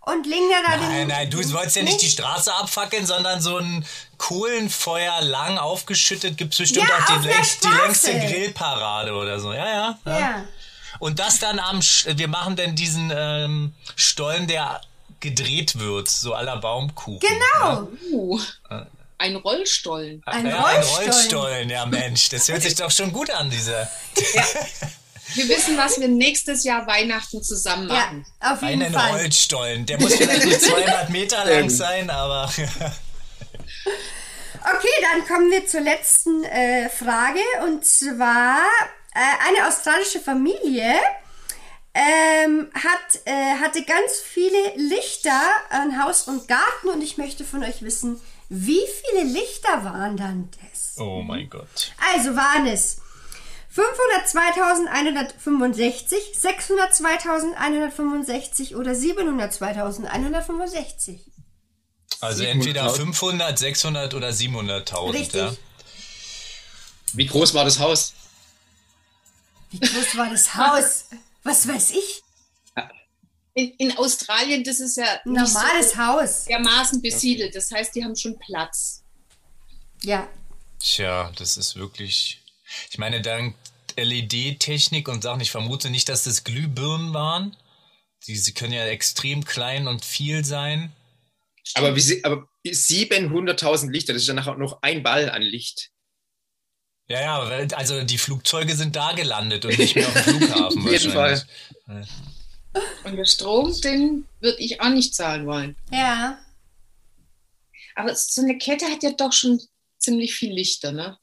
[SPEAKER 1] Und legen da dann
[SPEAKER 2] Nein,
[SPEAKER 1] den-
[SPEAKER 2] nein, du wolltest ja nicht die Straße abfackeln, sondern so ein Kohlenfeuer lang aufgeschüttet gibt es bestimmt
[SPEAKER 1] Ja,
[SPEAKER 2] auch
[SPEAKER 1] auf
[SPEAKER 2] die,
[SPEAKER 1] der
[SPEAKER 2] längst, die
[SPEAKER 1] Straße.
[SPEAKER 2] längste Grillparade oder so. Ja, ja. ja.
[SPEAKER 1] Ja.
[SPEAKER 2] Und das dann am, Sch- wir machen dann diesen ähm, Stollen, der gedreht wird, so aller Baumkuchen.
[SPEAKER 1] Genau.
[SPEAKER 4] Uh,
[SPEAKER 2] Äh.
[SPEAKER 4] ein Rollstollen.
[SPEAKER 2] Ein,
[SPEAKER 1] Ein
[SPEAKER 2] ja, ein
[SPEAKER 1] Rollstollen.
[SPEAKER 2] Rollstollen, ja Mensch, das hört sich doch schon gut an, dieser.
[SPEAKER 4] Wir wissen, was wir nächstes Jahr Weihnachten zusammen
[SPEAKER 1] Ja,
[SPEAKER 4] machen.
[SPEAKER 1] auf jeden
[SPEAKER 2] Einen
[SPEAKER 1] Fall.
[SPEAKER 2] Rollstollen, der muss vielleicht nicht
[SPEAKER 1] *laughs*
[SPEAKER 2] 200 Meter lang
[SPEAKER 3] Ähm.
[SPEAKER 2] sein, aber
[SPEAKER 1] Okay, dann kommen wir zur letzten äh, Frage. Und zwar, äh, eine australische Familie ähm, hat, äh, hatte ganz viele Lichter an Haus und Garten. Und ich möchte von euch wissen, wie viele Lichter waren dann das?
[SPEAKER 2] oh mein Gott.
[SPEAKER 1] Also waren es 502.165, 602.165 oder 702.165.
[SPEAKER 2] Also
[SPEAKER 3] 700.000.
[SPEAKER 2] entweder 500, 600 oder 700.000,
[SPEAKER 1] Richtig.
[SPEAKER 2] ja.
[SPEAKER 3] Wie groß war das Haus?
[SPEAKER 1] Wie groß war das Haus? Was weiß ich?
[SPEAKER 4] in, in Australien, das ist ja
[SPEAKER 1] Ein
[SPEAKER 4] nicht
[SPEAKER 1] normales
[SPEAKER 4] so
[SPEAKER 1] Haus.
[SPEAKER 4] dermaßen besiedelt. Das heißt, die haben schon Platz.
[SPEAKER 1] Ja.
[SPEAKER 2] Tja, das ist wirklich. Ich meine, dank LED-Technik und Sachen, ich vermute nicht, dass das Glühbirnen waren. Die, sie können ja extrem klein und viel sein.
[SPEAKER 3] Aber, wie sie, aber 700.000 Lichter, das ist ja nachher noch ein Ball an Licht.
[SPEAKER 2] Ja, ja, weil- also die Flugzeuge sind da gelandet und nicht
[SPEAKER 3] *laughs*
[SPEAKER 2] mehr auf dem Flughafen
[SPEAKER 3] Auf jeden
[SPEAKER 2] wahrscheinlich.
[SPEAKER 4] Und der Strom, den würde ich auch nicht zahlen wollen.
[SPEAKER 1] Ja.
[SPEAKER 4] Aber so eine Kette hat ja doch schon ziemlich viel Lichter, ne?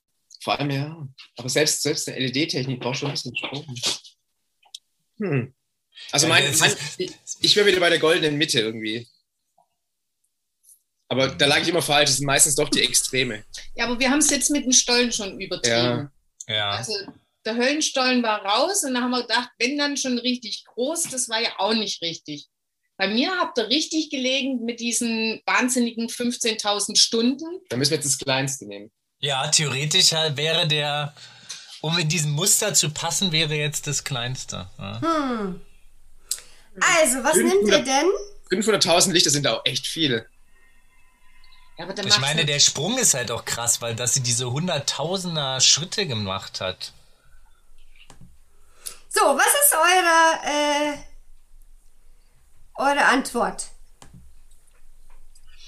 [SPEAKER 3] Vor allem, ja. Aber selbst, selbst eine LED-Technik braucht schon ein bisschen Strom. Hm. Also,
[SPEAKER 2] Ja,
[SPEAKER 3] mein,
[SPEAKER 2] jetzt
[SPEAKER 3] mein,
[SPEAKER 2] ist-
[SPEAKER 3] ich- ich wäre wieder bei der goldenen Mitte irgendwie. Aber da lag ich immer falsch. Das sind meistens doch die Extreme.
[SPEAKER 4] Ja, aber wir haben es jetzt mit den Stollen schon übertrieben.
[SPEAKER 2] Ja.
[SPEAKER 4] Also der Höllenstollen war raus und dann haben wir gedacht, wenn dann schon richtig groß, das war ja auch nicht richtig. Bei mir habt ihr richtig gelegen mit diesen wahnsinnigen 15.000 Stunden.
[SPEAKER 3] Da müssen wir jetzt das Kleinste nehmen.
[SPEAKER 2] ja, theoretisch halt wäre der, um in diesem Muster zu passen, wäre jetzt das Kleinste. Ja.
[SPEAKER 3] Hm,
[SPEAKER 1] Hm. Also, was nimmt ihr denn?
[SPEAKER 3] 500.000 Lichter sind da auch echt viele.
[SPEAKER 4] Ja, aber dann
[SPEAKER 2] Ich
[SPEAKER 4] macht's
[SPEAKER 2] meine,
[SPEAKER 4] nicht-
[SPEAKER 2] der Sprung ist halt auch krass, weil dass sie diese hunderttausender Schritte gemacht hat.
[SPEAKER 1] So, was ist eure, äh, eure Antwort?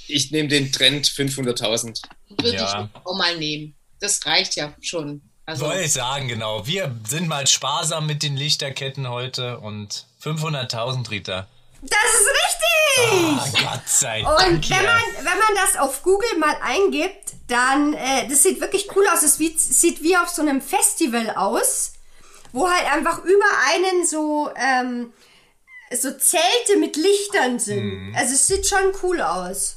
[SPEAKER 3] Ich nehme den Trend 500.000.
[SPEAKER 4] würde
[SPEAKER 2] Ja.
[SPEAKER 4] ich auch mal nehmen. Das reicht ja schon. Also,
[SPEAKER 2] Wollte ich sagen, genau. Wir sind mal sparsam mit den Lichterketten heute und 500.000 Liter.
[SPEAKER 1] Das ist richtig!
[SPEAKER 2] Ah, Gott sei Dank.
[SPEAKER 1] Und wenn
[SPEAKER 2] ja.
[SPEAKER 1] man, wenn man das auf Google mal eingibt, dann, äh, das sieht wirklich cool aus. Es wie, sieht wie auf so einem Festival aus, wo halt einfach über einen so, ähm, so Zelte mit Lichtern
[SPEAKER 3] Mhm.
[SPEAKER 1] sind. Also es sieht schon cool aus.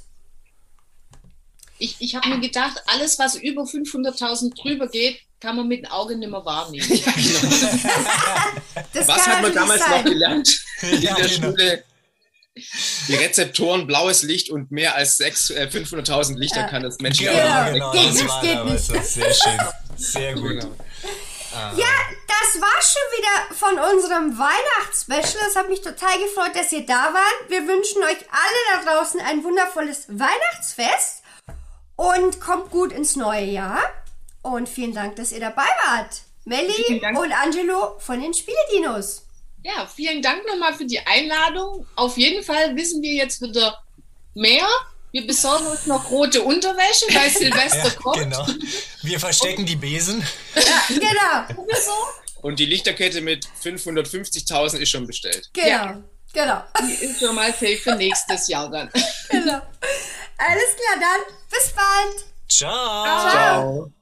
[SPEAKER 4] ich, ich habe mir gedacht, alles, was über 500.000 drüber geht, kann man mit dem Auge nicht mehr wahrnehmen.
[SPEAKER 1] Das
[SPEAKER 3] Was
[SPEAKER 1] kann
[SPEAKER 3] hat man
[SPEAKER 1] natürlich
[SPEAKER 3] damals
[SPEAKER 1] sein.
[SPEAKER 3] noch gelernt in
[SPEAKER 2] *laughs* Ja,
[SPEAKER 3] der
[SPEAKER 2] genau.
[SPEAKER 3] Schule? Die Rezeptoren, blaues Licht und mehr als sechs, äh, 500.000 Lichter kann das Mensch
[SPEAKER 2] Genau, genau,
[SPEAKER 1] Geht
[SPEAKER 2] das
[SPEAKER 1] nicht,
[SPEAKER 2] war
[SPEAKER 1] geht
[SPEAKER 2] damals.
[SPEAKER 1] nicht.
[SPEAKER 2] Das ist sehr schön. Sehr gut.
[SPEAKER 3] Genau.
[SPEAKER 1] Ja, das war schon wieder von unserem Weihnachtsspecial. Es hat mich total gefreut, dass ihr da wart. Wir wünschen euch alle da draußen ein wundervolles Weihnachtsfest und kommt gut ins neue Jahr. Und vielen Dank, dass ihr dabei wart. Melli
[SPEAKER 4] Vielen Dank.
[SPEAKER 1] und Angelo von den Spieledinos.
[SPEAKER 4] ja, vielen Dank nochmal für die Einladung. Auf jeden Fall wissen wir jetzt wieder mehr. Wir besorgen uns noch rote Unterwäsche, weil Silvester kommt.
[SPEAKER 2] Genau. Wir verstecken die Besen.
[SPEAKER 1] Genau,
[SPEAKER 4] So.
[SPEAKER 3] Und die Lichterkette mit 550.000 ist schon bestellt.
[SPEAKER 1] genau,
[SPEAKER 4] *laughs* Ja.
[SPEAKER 1] genau, *laughs*
[SPEAKER 4] Die ist schon mal safe für nächstes Jahr dann.
[SPEAKER 1] genau. Alles klar, dann bis bald.
[SPEAKER 2] Ciao.
[SPEAKER 1] Ciao.
[SPEAKER 3] Ciao.